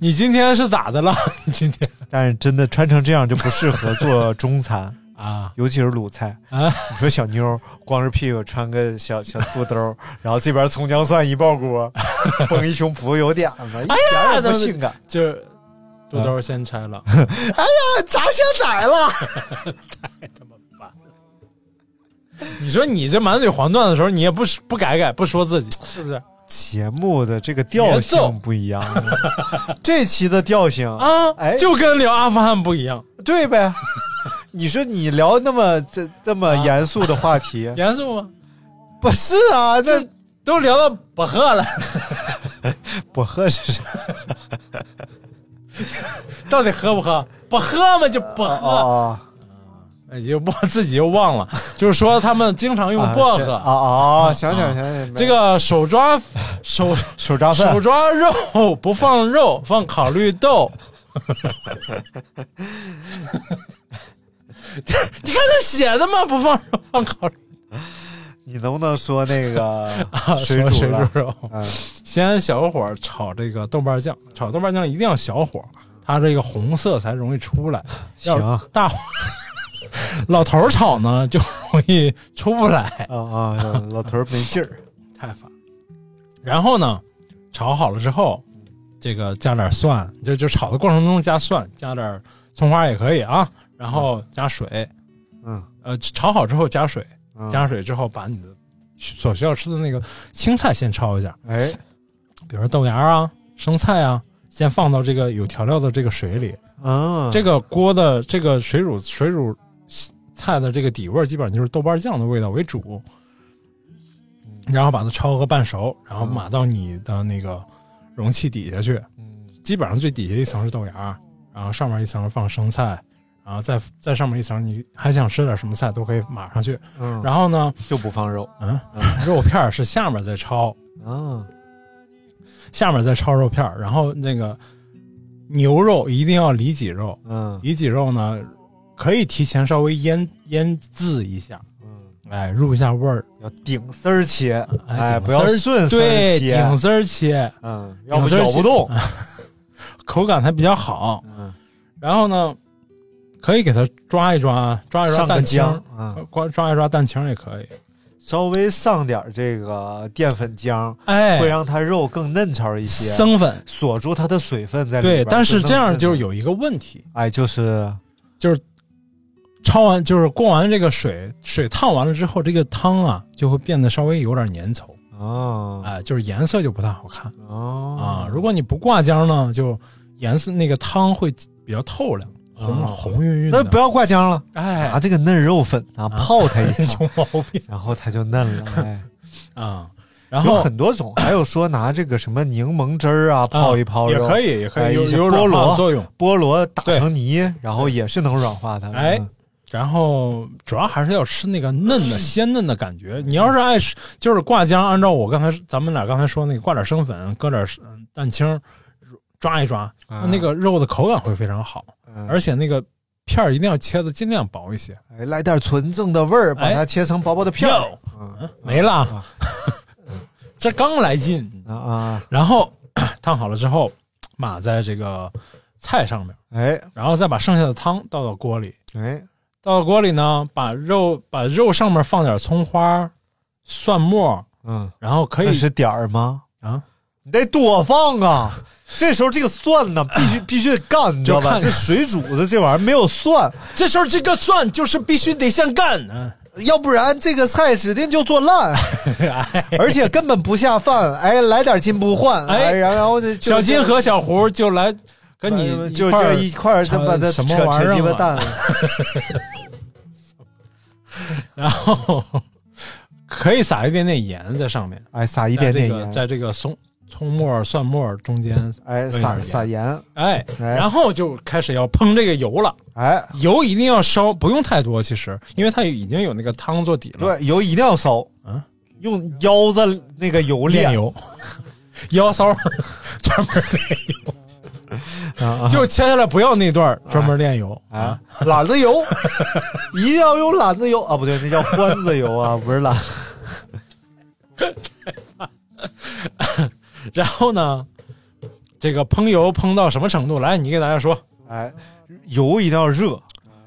Speaker 2: 你今天是咋的了？ <laughs> 你今天
Speaker 1: 但是真的穿成这样就不适合做中餐。
Speaker 2: 啊，
Speaker 1: 尤其是鲁菜
Speaker 2: 啊
Speaker 1: 你说小妞儿光着屁股穿个小小肚兜儿，然后这边葱
Speaker 2: 哎
Speaker 1: 姜蒜一爆锅，崩一胸脯油点子，一点儿也不性感。
Speaker 2: 就是肚兜先拆了， <laughs> 哎
Speaker 1: 砸香奶了，
Speaker 2: 你说你这满嘴黄段子的时候，你也不不改改，不说自己是不是
Speaker 1: 节目的这个调
Speaker 2: 节奏
Speaker 1: 性不
Speaker 2: <laughs>
Speaker 1: 一样了，这期的调性
Speaker 2: 啊？
Speaker 1: 哎
Speaker 2: 就跟聊阿富汗不一样，
Speaker 1: 对呗？你说你聊那么这这么严肃的话题，
Speaker 2: 严肃吗？
Speaker 1: 不是啊？那
Speaker 2: 都聊到不喝了， <laughs>
Speaker 1: 不合适
Speaker 2: 到底喝不喝？不喝嘛就不
Speaker 1: 啊
Speaker 2: 喝，
Speaker 1: 啊！
Speaker 2: 哎，又不自己又忘了，就是说他们经常用薄
Speaker 1: 这
Speaker 2: 荷，
Speaker 1: 啊啊！想想想想，
Speaker 2: 这个手抓手
Speaker 1: <laughs> 手抓饭
Speaker 2: 手抓肉不放肉，放烤绿豆。 <laughs> 你看这写的嘛，不放肉放烤绿
Speaker 1: 你能不能说那个
Speaker 2: 豆，
Speaker 1: <laughs> 水
Speaker 2: 煮
Speaker 1: 煮
Speaker 2: 啊水
Speaker 1: 了？
Speaker 2: 肉，
Speaker 1: 嗯，
Speaker 2: 先小火炒这个豆瓣酱，炒豆瓣酱一定要小火，它这个红色才容易出来。要
Speaker 1: 行啊
Speaker 2: 大火， <laughs> 老头儿炒呢就容易出不来。
Speaker 1: 啊！老头儿没劲儿，
Speaker 2: 太烦。然后呢，炒好了之后，这个加点蒜，就就炒的过程中加蒜，加点葱花也可以啊。然后加水，
Speaker 1: 嗯，
Speaker 2: 呃，炒好之后加水，
Speaker 1: 嗯
Speaker 2: 加水之后把你的所需要吃的那个青菜先焯一下，
Speaker 1: 哎，
Speaker 2: 比如说豆芽啊、生菜啊，先放到这个有调料的这个水里。
Speaker 1: 啊，
Speaker 2: 这个锅的这个水煮水煮菜的这个底味儿，基本上就是豆瓣酱的味道为主，然后把它焯和半熟，然后码到你的那个容器底下去。
Speaker 1: 嗯
Speaker 2: 基本上最底下一层是豆芽，然后上面一层放生菜，然后再再上面一层，你还想吃点什么菜都可以码上去。
Speaker 1: 嗯，
Speaker 2: 然后呢，
Speaker 1: 就不放肉
Speaker 2: 嗯，肉片儿是下面再焯，
Speaker 1: 啊，
Speaker 2: 下面再焯肉片儿，然后那个牛肉一定要里脊肉，
Speaker 1: 嗯
Speaker 2: 里脊肉呢，可以提前稍微腌腌制一下，
Speaker 1: 嗯，
Speaker 2: 哎，入一下味儿，
Speaker 1: 要顶丝儿切，哎，
Speaker 2: 顶丝儿
Speaker 1: 不要顺丝儿
Speaker 2: 对，
Speaker 1: 切，
Speaker 2: 顶丝儿切，
Speaker 1: 嗯，要
Speaker 2: 顶
Speaker 1: 不
Speaker 2: 丝儿
Speaker 1: 咬
Speaker 2: 切
Speaker 1: 不
Speaker 2: <laughs>
Speaker 1: 动，
Speaker 2: 口感才比较好。
Speaker 1: 嗯，
Speaker 2: 然后呢，可以给它抓一抓，抓一抓
Speaker 1: 上个
Speaker 2: 蛋清
Speaker 1: 姜
Speaker 2: 儿，，
Speaker 1: 嗯，
Speaker 2: 光抓一抓蛋清儿也可以。
Speaker 1: 稍微上点儿这个淀粉浆，
Speaker 2: 哎
Speaker 1: 会，让它肉更嫩潮一些，
Speaker 2: 生粉，
Speaker 1: 锁住它的水分在里边
Speaker 2: 对，
Speaker 1: 儿
Speaker 2: 但是这样就是，
Speaker 1: 更嫩
Speaker 2: 有一个问题，
Speaker 1: 哎，就是
Speaker 2: 焯完就是过完这个水，水烫完了之后，这个汤啊就会变得稍微有点粘稠，
Speaker 1: 哦
Speaker 2: 哎，就是颜色就不太好看。
Speaker 1: 哦
Speaker 2: 啊，如果你不挂浆呢，就颜色那个汤会比较透亮，红、
Speaker 1: 哦
Speaker 2: 红晕晕的。
Speaker 1: 那不要挂浆了，
Speaker 2: 哎，
Speaker 1: 拿这个嫩肉粉啊泡它
Speaker 2: <laughs>
Speaker 1: 一下，
Speaker 2: 有毛病
Speaker 1: 然后它就嫩了，哎。
Speaker 2: 啊。 <laughs> 然
Speaker 1: 有
Speaker 2: 后
Speaker 1: 很多种，还有说拿这个什么柠檬汁儿啊泡一泡
Speaker 2: 也
Speaker 1: 肉，
Speaker 2: 可以，也可
Speaker 1: 哎
Speaker 2: 以有
Speaker 1: 一些
Speaker 2: 有
Speaker 1: 菠
Speaker 2: 软化的
Speaker 1: 萝
Speaker 2: 作用。
Speaker 1: 菠萝打
Speaker 2: 对
Speaker 1: 成泥，然后也是能软化它。
Speaker 2: 哎
Speaker 1: 嗯
Speaker 2: 然后主要还是要吃那个嫩的、鲜嫩的感觉。
Speaker 1: 嗯
Speaker 2: 你要是爱吃，就是挂浆，按照我刚才咱们俩刚才说那个，挂点生粉，搁点嗯蛋清，抓一抓，
Speaker 1: 啊
Speaker 2: 那个肉的口感会非常好，
Speaker 1: 嗯
Speaker 2: 而且那个片儿一定要切的尽量薄一些。
Speaker 1: 哎来点纯正的味儿，把
Speaker 2: 哎
Speaker 1: 它切成薄薄的片儿。啊
Speaker 2: 哟没了， <laughs> 这刚来劲，
Speaker 1: 啊啊！
Speaker 2: 然后 <coughs> 烫好了之后，码在这个菜上面，
Speaker 1: 哎
Speaker 2: 然后再把剩下的汤倒到锅里。
Speaker 1: 哎，
Speaker 2: 倒到锅里呢，把肉把肉上面放点葱花、蒜末，
Speaker 1: 嗯，
Speaker 2: 然后可
Speaker 1: 那
Speaker 2: 以
Speaker 1: 是点儿吗？
Speaker 2: 啊，
Speaker 1: 你得多放啊！这时候这个蒜呢，必须必须得干，你知道吧？
Speaker 2: 看
Speaker 1: 这水煮的这玩意儿没有蒜，
Speaker 2: 这时候这个蒜就是必须得
Speaker 1: <laughs>
Speaker 2: 先干。嗯，
Speaker 1: 要不然这个菜指定就做烂，
Speaker 2: 哎
Speaker 1: 而且根本不下饭。哎，来点金不换，
Speaker 2: 哎
Speaker 1: 哎，然后这就
Speaker 2: 小金和小胡就来跟你
Speaker 1: 就
Speaker 2: 一块
Speaker 1: 这
Speaker 2: 儿
Speaker 1: 一块儿，他
Speaker 2: 炒
Speaker 1: 把它扯
Speaker 2: 什么玩意
Speaker 1: 扯
Speaker 2: 儿
Speaker 1: 鸡巴
Speaker 2: 嘛 <laughs>
Speaker 1: 蛋了，
Speaker 2: 然后 <laughs> 可以撒一点点盐在上面，
Speaker 1: 哎，撒一点点
Speaker 2: 在这个
Speaker 1: 盐，
Speaker 2: 在这个葱葱末、蒜末中
Speaker 1: <laughs>
Speaker 2: 间，
Speaker 1: 哎，撒撒盐，
Speaker 2: 哎，
Speaker 1: 哎
Speaker 2: 然后就开始要烹这个
Speaker 1: <laughs>
Speaker 2: 油了。
Speaker 1: 哎，
Speaker 2: 油一定要烧，不用太多，其实，因为它已经有那个汤做底了。，
Speaker 1: 对，油一定要烧，
Speaker 2: 嗯，
Speaker 1: 用腰子那个油
Speaker 2: 炼
Speaker 1: 炼
Speaker 2: 油， <laughs> 腰骚儿专门炼油，
Speaker 1: 啊，
Speaker 2: 就切下来不要那段
Speaker 1: <laughs>
Speaker 2: 儿专门炼油
Speaker 1: 啊，懒子油，一定要用懒子油啊，不对，那叫欢子油啊，不是懒，
Speaker 2: 然后呢，这个烹油烹到什么程度？来，你给大家说， <laughs>
Speaker 1: 哎，油一定要热，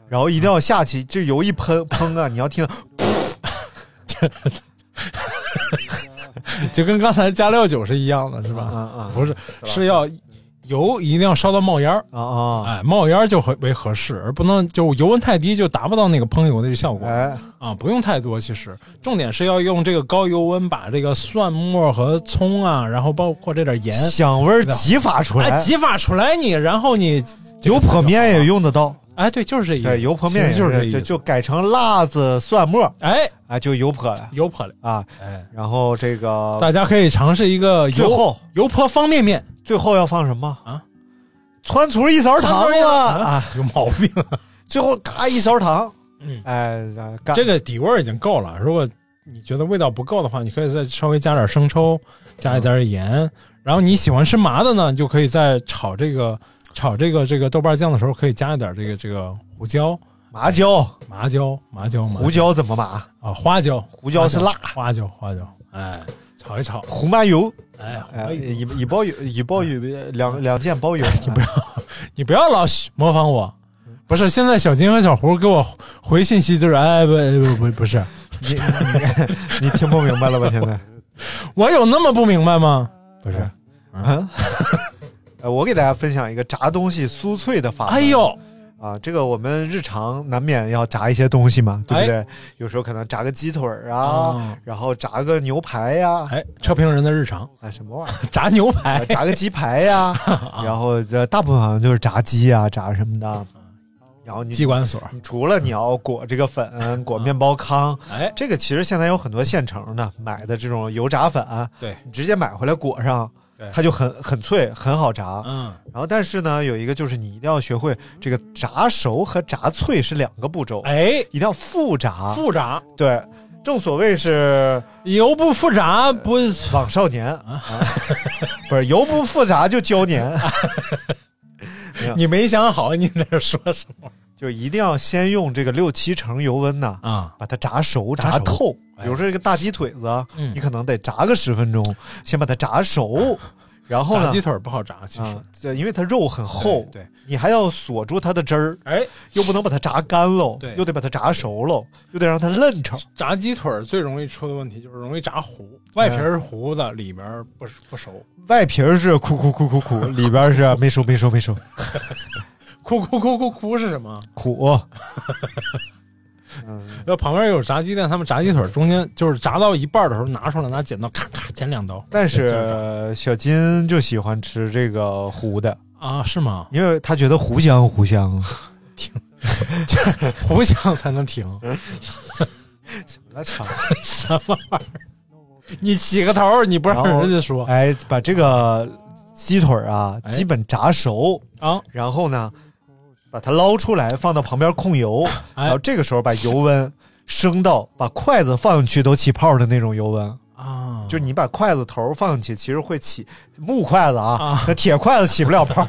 Speaker 1: 然后一定要下去，这油一喷喷啊，你要听到，
Speaker 2: 就跟刚才加料酒是一样的，是吧？
Speaker 1: 嗯嗯
Speaker 2: 不是，是要油一定要烧到冒烟儿，
Speaker 1: 啊啊，
Speaker 2: 哎，冒烟儿就合为合适，而不能就油温太低就达不到那个烹油的效果
Speaker 1: 哎，
Speaker 2: 啊。不用太多，其实重点是要用这个高油温把这个蒜末和葱啊，然后包括这点盐，
Speaker 1: 香味儿激发出
Speaker 2: 哎，
Speaker 1: 来，
Speaker 2: 激发出来你，然后你
Speaker 1: 油泼面也，用得到，
Speaker 2: 哎，对，就是这意思，
Speaker 1: 对，油泼面也
Speaker 2: 其实就是这
Speaker 1: 是
Speaker 2: 意思，
Speaker 1: 就就改成辣子蒜末，
Speaker 2: 哎，
Speaker 1: 啊，就油泼了
Speaker 2: 油泼了，
Speaker 1: 啊。
Speaker 2: 哎，
Speaker 1: 然后这个
Speaker 2: 大家可以尝试一个
Speaker 1: 最
Speaker 2: 油
Speaker 1: 后
Speaker 2: 油泼方便面，
Speaker 1: 最后要放什么
Speaker 2: 啊？
Speaker 1: 川厨一勺糖
Speaker 2: 川厨一勺
Speaker 1: 啊啊！
Speaker 2: 有毛病。
Speaker 1: 最后嘎一勺糖，
Speaker 2: 嗯
Speaker 1: 哎，然后干
Speaker 2: 这个底味儿已经够了。如果你觉得味道不够的话，你可以再稍微加点生抽，加一点盐。然后你喜欢吃麻的呢，你就可以在炒这个炒这个这个豆瓣酱的时候，可以加一点这个这个胡椒、
Speaker 1: 麻椒、
Speaker 2: 麻椒、麻椒、麻
Speaker 1: 胡椒怎么麻？
Speaker 2: 啊，花椒，
Speaker 1: 胡椒是辣，
Speaker 2: 花椒，花椒，哎，炒一炒，
Speaker 1: 胡麻油，
Speaker 2: 哎，
Speaker 1: 哎，
Speaker 2: 哎
Speaker 1: 一一包油，一包油，呃两两件
Speaker 2: <laughs>
Speaker 1: 包油，啊
Speaker 2: 你不要老模仿我。不是，现在小金和小胡给我回信息就是，哎，不不不，不是，
Speaker 1: 你你你听不明白了吧？现在 <laughs>
Speaker 2: 我有那么不明白吗？不是，
Speaker 1: 啊，呃我给大家分享一个炸东西酥脆的法门。
Speaker 2: 哎呦，
Speaker 1: 啊，这个我们日常难免要炸一些东西嘛，对不对？有时候可能炸个鸡腿儿啊，
Speaker 2: 哎哦
Speaker 1: 然后炸个牛排呀、啊，
Speaker 2: 哎，车评人的日常，
Speaker 1: 什么玩意儿？
Speaker 2: 炸牛
Speaker 1: 啊
Speaker 2: 排，
Speaker 1: <laughs> 炸个鸡排呀、
Speaker 2: <laughs>
Speaker 1: 然后这大部分好像就是炸鸡啊，炸什么的。
Speaker 2: 嗯
Speaker 1: 然后你
Speaker 2: 机关所，
Speaker 1: 你除了你要裹这个粉，裹面包糠，
Speaker 2: 哎，
Speaker 1: 这个其实现在有很多现成的买的这种油炸粉，
Speaker 2: 对，
Speaker 1: 你直接买回来裹上
Speaker 2: 对，
Speaker 1: 它就很很脆，很好炸。
Speaker 2: 嗯，
Speaker 1: 然后但是呢，有一个就是你一定要学会这个炸熟和炸脆是两个步骤，
Speaker 2: 哎，
Speaker 1: 一定要复炸。
Speaker 2: 复炸，
Speaker 1: 对，正所谓是
Speaker 2: 油不复炸不，
Speaker 1: 网少年
Speaker 2: 嗯
Speaker 1: 啊，不是油不复炸就胶粘，
Speaker 2: 你没想好你在这说什么
Speaker 1: 就一定要先用这个六七成油温呐，
Speaker 2: 啊？
Speaker 1: 把它炸熟、
Speaker 2: 炸
Speaker 1: 炸
Speaker 2: 熟
Speaker 1: 透。
Speaker 2: 哎
Speaker 1: 比如说这个大鸡腿子，
Speaker 2: 嗯
Speaker 1: 你可能得炸个十分钟，先把它炸 <laughs> 熟，然后
Speaker 2: 炸
Speaker 1: 呢
Speaker 2: 鸡，腿不好炸，其实
Speaker 1: 啊，，对，因为它肉很厚，
Speaker 2: 对，
Speaker 1: 你还要锁住它的汁儿，
Speaker 2: 哎，
Speaker 1: 又不能把它炸干喽
Speaker 2: 对，
Speaker 1: 又得把它炸熟喽，又得让它嫩成。
Speaker 2: 炸鸡腿最容易出的问题就是容易炸糊，外皮儿是糊的，里边儿不不熟，
Speaker 1: <laughs> 外皮儿是哭哭哭哭 <laughs> 哭，里边儿是没熟没熟没熟
Speaker 2: 哭哭哭哭哭是什么？
Speaker 1: 苦。
Speaker 2: 然后呃旁边有炸鸡店，他们炸鸡腿中间就是炸到一半的时候拿出来，拿剪刀咔咔剪两刀
Speaker 1: <laughs> 但 <laughs>
Speaker 2: 接着
Speaker 1: 是小金就喜欢吃这个糊的，
Speaker 2: 啊？是吗？ <laughs>
Speaker 1: 因为他觉得糊香糊香。
Speaker 2: 糊香才能停，
Speaker 1: <laughs> 那巧，
Speaker 2: 什么玩意儿？你起个头儿，你不让人家说
Speaker 1: 哎，把这个鸡腿儿啊，
Speaker 2: 哎
Speaker 1: 基本炸熟，
Speaker 2: 啊？
Speaker 1: 然后呢，把它捞出来，放到旁边控油，
Speaker 2: 哎
Speaker 1: 然后这个时候把油温升到把筷子放进去都起泡的那种油温。
Speaker 2: 啊，
Speaker 1: 就是你把筷子头放进去，其实会起木筷子啊
Speaker 2: 啊，
Speaker 1: 那铁筷子起不了泡，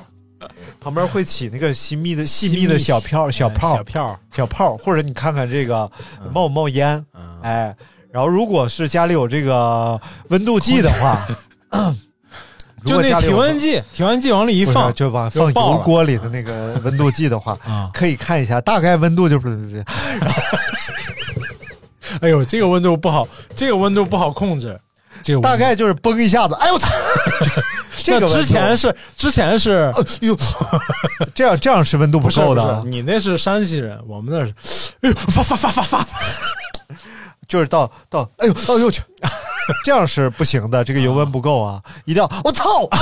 Speaker 1: 旁边会起那个细密的细密的小泡小
Speaker 2: 哎
Speaker 1: 泡
Speaker 2: 小票，
Speaker 1: 小泡，或者你看看这个冒不冒烟，
Speaker 2: 嗯
Speaker 1: 哎，然后如果是家里有这个温度计的话， <laughs> 如
Speaker 2: 就
Speaker 1: 果
Speaker 2: 那
Speaker 1: 家里
Speaker 2: 体
Speaker 1: 有
Speaker 2: 温计，体温计往里一
Speaker 1: 不是
Speaker 2: 放
Speaker 1: 就往
Speaker 2: 就
Speaker 1: 放
Speaker 2: 爆
Speaker 1: 油
Speaker 2: 了
Speaker 1: 锅里的那个温度计的话，
Speaker 2: 啊！
Speaker 1: <laughs>
Speaker 2: 嗯
Speaker 1: 可以看一下大概温度就是，
Speaker 2: 哎呦，这个温度不好，这个温度不好控制，这个温度
Speaker 1: 大概就是崩一下子，哎呦我操！这个
Speaker 2: <laughs> 那之前
Speaker 1: 温度
Speaker 2: 是之前是
Speaker 1: <laughs> 哎呦，这样这样是温度不
Speaker 2: 是
Speaker 1: 够的
Speaker 2: 呃不
Speaker 1: 啊
Speaker 2: 是，你那是山西人，我们那是，哎呦，发发发发发，
Speaker 1: 就是到到，哎呦，哎呦我去，这样是不行的，这个油温不够啊，一定要，我、操啊！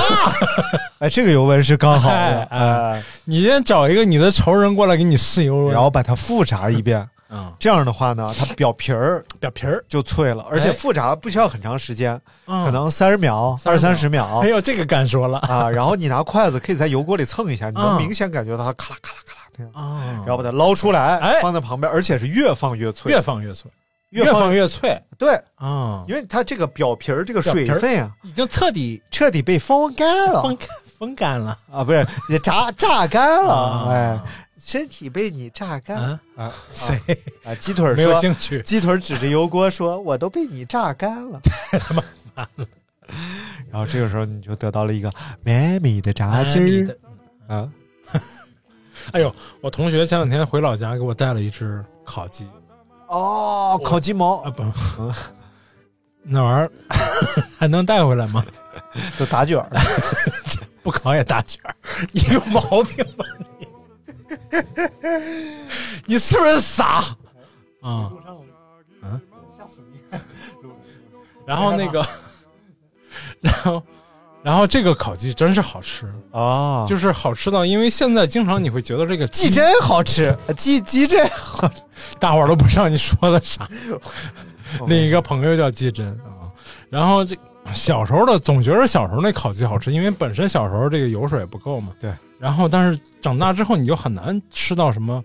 Speaker 1: <laughs> 哎，这个油温是刚好的
Speaker 2: 哎，
Speaker 1: 哎，
Speaker 2: 你先找一个你的仇人过来给你试油温，
Speaker 1: 然后把它复炸一遍，
Speaker 2: 嗯，
Speaker 1: 这样的话呢，它表皮儿
Speaker 2: <laughs> 表皮儿，哎
Speaker 1: 就脆了，而且复炸不需要很长时间，
Speaker 2: 嗯
Speaker 1: 可能三十秒、二
Speaker 2: 30
Speaker 1: 三十秒
Speaker 2: 哎。呦，这个敢说了
Speaker 1: 啊，然后你拿筷子可以在油锅里蹭一下，你能
Speaker 2: 嗯
Speaker 1: 明显感觉到它咔啦咔啦咔啦那样，
Speaker 2: 啊
Speaker 1: 然，后把它捞出来，
Speaker 2: 哎
Speaker 1: 放在旁边，而且是越放越脆，
Speaker 2: 越放越脆，
Speaker 1: 越
Speaker 2: 越
Speaker 1: 放
Speaker 2: 放越脆
Speaker 1: 对，
Speaker 2: 啊，
Speaker 1: 因为它这个表皮儿这个
Speaker 2: 表皮
Speaker 1: 水
Speaker 2: 儿
Speaker 1: 分啊，
Speaker 2: 已经彻底
Speaker 1: 彻底被风干了，
Speaker 2: 风干风干了
Speaker 1: 啊，不是也炸榨干了，
Speaker 2: 啊
Speaker 1: 哎，身体被你榨干了
Speaker 2: 啊，
Speaker 1: 啊
Speaker 2: 谁
Speaker 1: 啊！鸡腿儿
Speaker 2: 没有
Speaker 1: 说，
Speaker 2: 兴趣？
Speaker 1: <laughs> 鸡腿儿指着油锅说：“我都被你榨干
Speaker 2: <laughs>
Speaker 1: 了。”他妈烦了。然后这个时候你就得到了一个绵密的炸鸡
Speaker 2: 哎你的
Speaker 1: 儿啊，
Speaker 2: <laughs> 哎呦，我同学前两天回老家给我带了一只烤鸡
Speaker 1: 哦，烤鸡毛
Speaker 2: 啊，不， <laughs> 那玩意儿还能带回来吗？ <laughs>
Speaker 1: 就打卷儿，
Speaker 2: 不考也打卷儿， <laughs> 你有毛病吧 <laughs> 你？你是不是傻啊？
Speaker 1: 吓死你！
Speaker 2: 然后那个， <laughs> 然后，然后这个烤鸡真是好吃，
Speaker 1: 啊，
Speaker 2: 就是好吃到，因为现在经常你会觉得这个
Speaker 1: 鸡
Speaker 2: 鸡
Speaker 1: 真好吃，鸡鸡真好吃。
Speaker 2: 大伙儿都不知道你说的啥。
Speaker 1: 哦
Speaker 2: <laughs> 另一个朋友叫季真啊，然后这小时候的总觉得小时候那烤鸡好吃，因为本身小时候这个油水不够嘛。
Speaker 1: 对。
Speaker 2: 然后，但是长大之后你就很难吃到什么，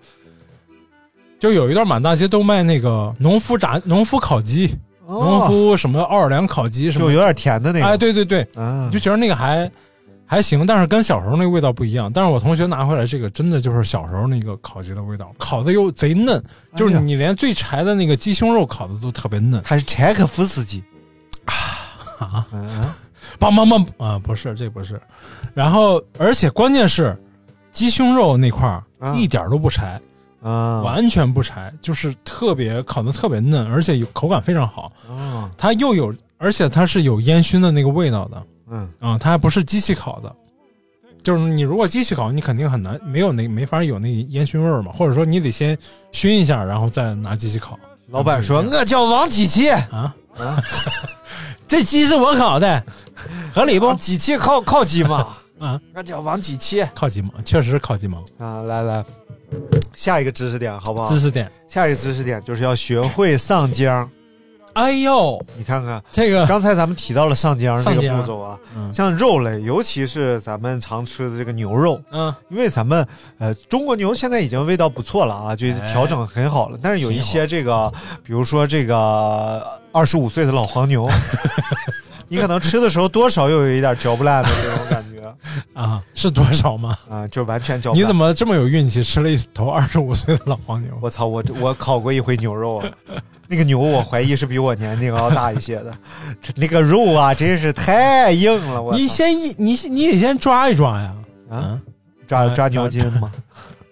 Speaker 2: 就有一段满大街都卖那个农夫炸、农夫烤鸡、农
Speaker 1: 哦
Speaker 2: 夫什么奥尔良烤鸡什
Speaker 1: 就
Speaker 2: 么
Speaker 1: 有，点甜的那个，
Speaker 2: 哎，对对对，
Speaker 1: 啊
Speaker 2: 你就觉得那个还还行，但是跟小时候那个味道不一样。但是我同学拿回来这个，真的就是小时候那个烤鸡的味道，烤的又贼嫩，就
Speaker 1: 哎
Speaker 2: 是
Speaker 1: 呀
Speaker 2: 你连最柴的那个鸡胸肉烤的都特别嫩。
Speaker 1: 他是柴可夫斯基
Speaker 2: 啊
Speaker 1: 嗯嗯
Speaker 2: 梆梆梆啊，不是，这不是。然后，而且关键是，鸡胸肉那块儿
Speaker 1: 啊
Speaker 2: 一点儿都不柴，
Speaker 1: 啊
Speaker 2: 完全不柴，就是特别烤的特别嫩，而且有口感非常好。
Speaker 1: 啊
Speaker 2: 它又有，而且它是有烟熏的那个味道的。
Speaker 1: 嗯
Speaker 2: 啊，它还不是机器烤的，就是你如果机器烤，你肯定很难没有那没法有那烟熏味儿嘛，或者说你得先熏一下，然后再拿机器烤。
Speaker 1: 老板说：“
Speaker 2: 嗯
Speaker 1: 我叫王机器，
Speaker 2: 啊，这鸡是我烤
Speaker 1: <laughs>
Speaker 2: 的，合理不
Speaker 1: 王？机器靠靠鸡
Speaker 2: <laughs>
Speaker 1: 嘛，
Speaker 2: 啊，
Speaker 1: 我叫王机器
Speaker 2: 烤鸡毛，确实是烤鸡毛。
Speaker 1: 啊。”来来，下一个知识点好不好
Speaker 2: 知？识点，
Speaker 1: 下一个知识点就是要学会上浆。
Speaker 2: 哎呦，
Speaker 1: 你看
Speaker 2: <laughs>
Speaker 1: 看，
Speaker 2: 这个
Speaker 1: 刚才咱们提到了上浆这
Speaker 2: 上浆
Speaker 1: 个步骤啊，
Speaker 2: 嗯
Speaker 1: 像肉类，尤其是咱们常吃的这个牛肉，
Speaker 2: 嗯，
Speaker 1: 因为咱们呃中国牛现在已经味道不错了啊，就
Speaker 2: 哎
Speaker 1: 调整很好了。但是有一些这个，比如说这个二十五岁的老黄
Speaker 2: <laughs>
Speaker 1: 牛，你可能吃的时候多少又有一点嚼不烂的这种感觉
Speaker 2: 啊，是多少吗？
Speaker 1: 啊、就完全嚼不
Speaker 2: 你
Speaker 1: 烂。
Speaker 2: 怎？么这么有运气，吃了一头二十五岁的老黄牛？
Speaker 1: 我操！我我烤过一回牛肉啊，那个牛我怀疑是比我年龄要大一些的，那个肉啊真是太硬了。我操
Speaker 2: 你先一你你得先抓一抓呀，
Speaker 1: 啊，
Speaker 2: 嗯
Speaker 1: 抓
Speaker 2: 抓
Speaker 1: 抓牛筋嘛。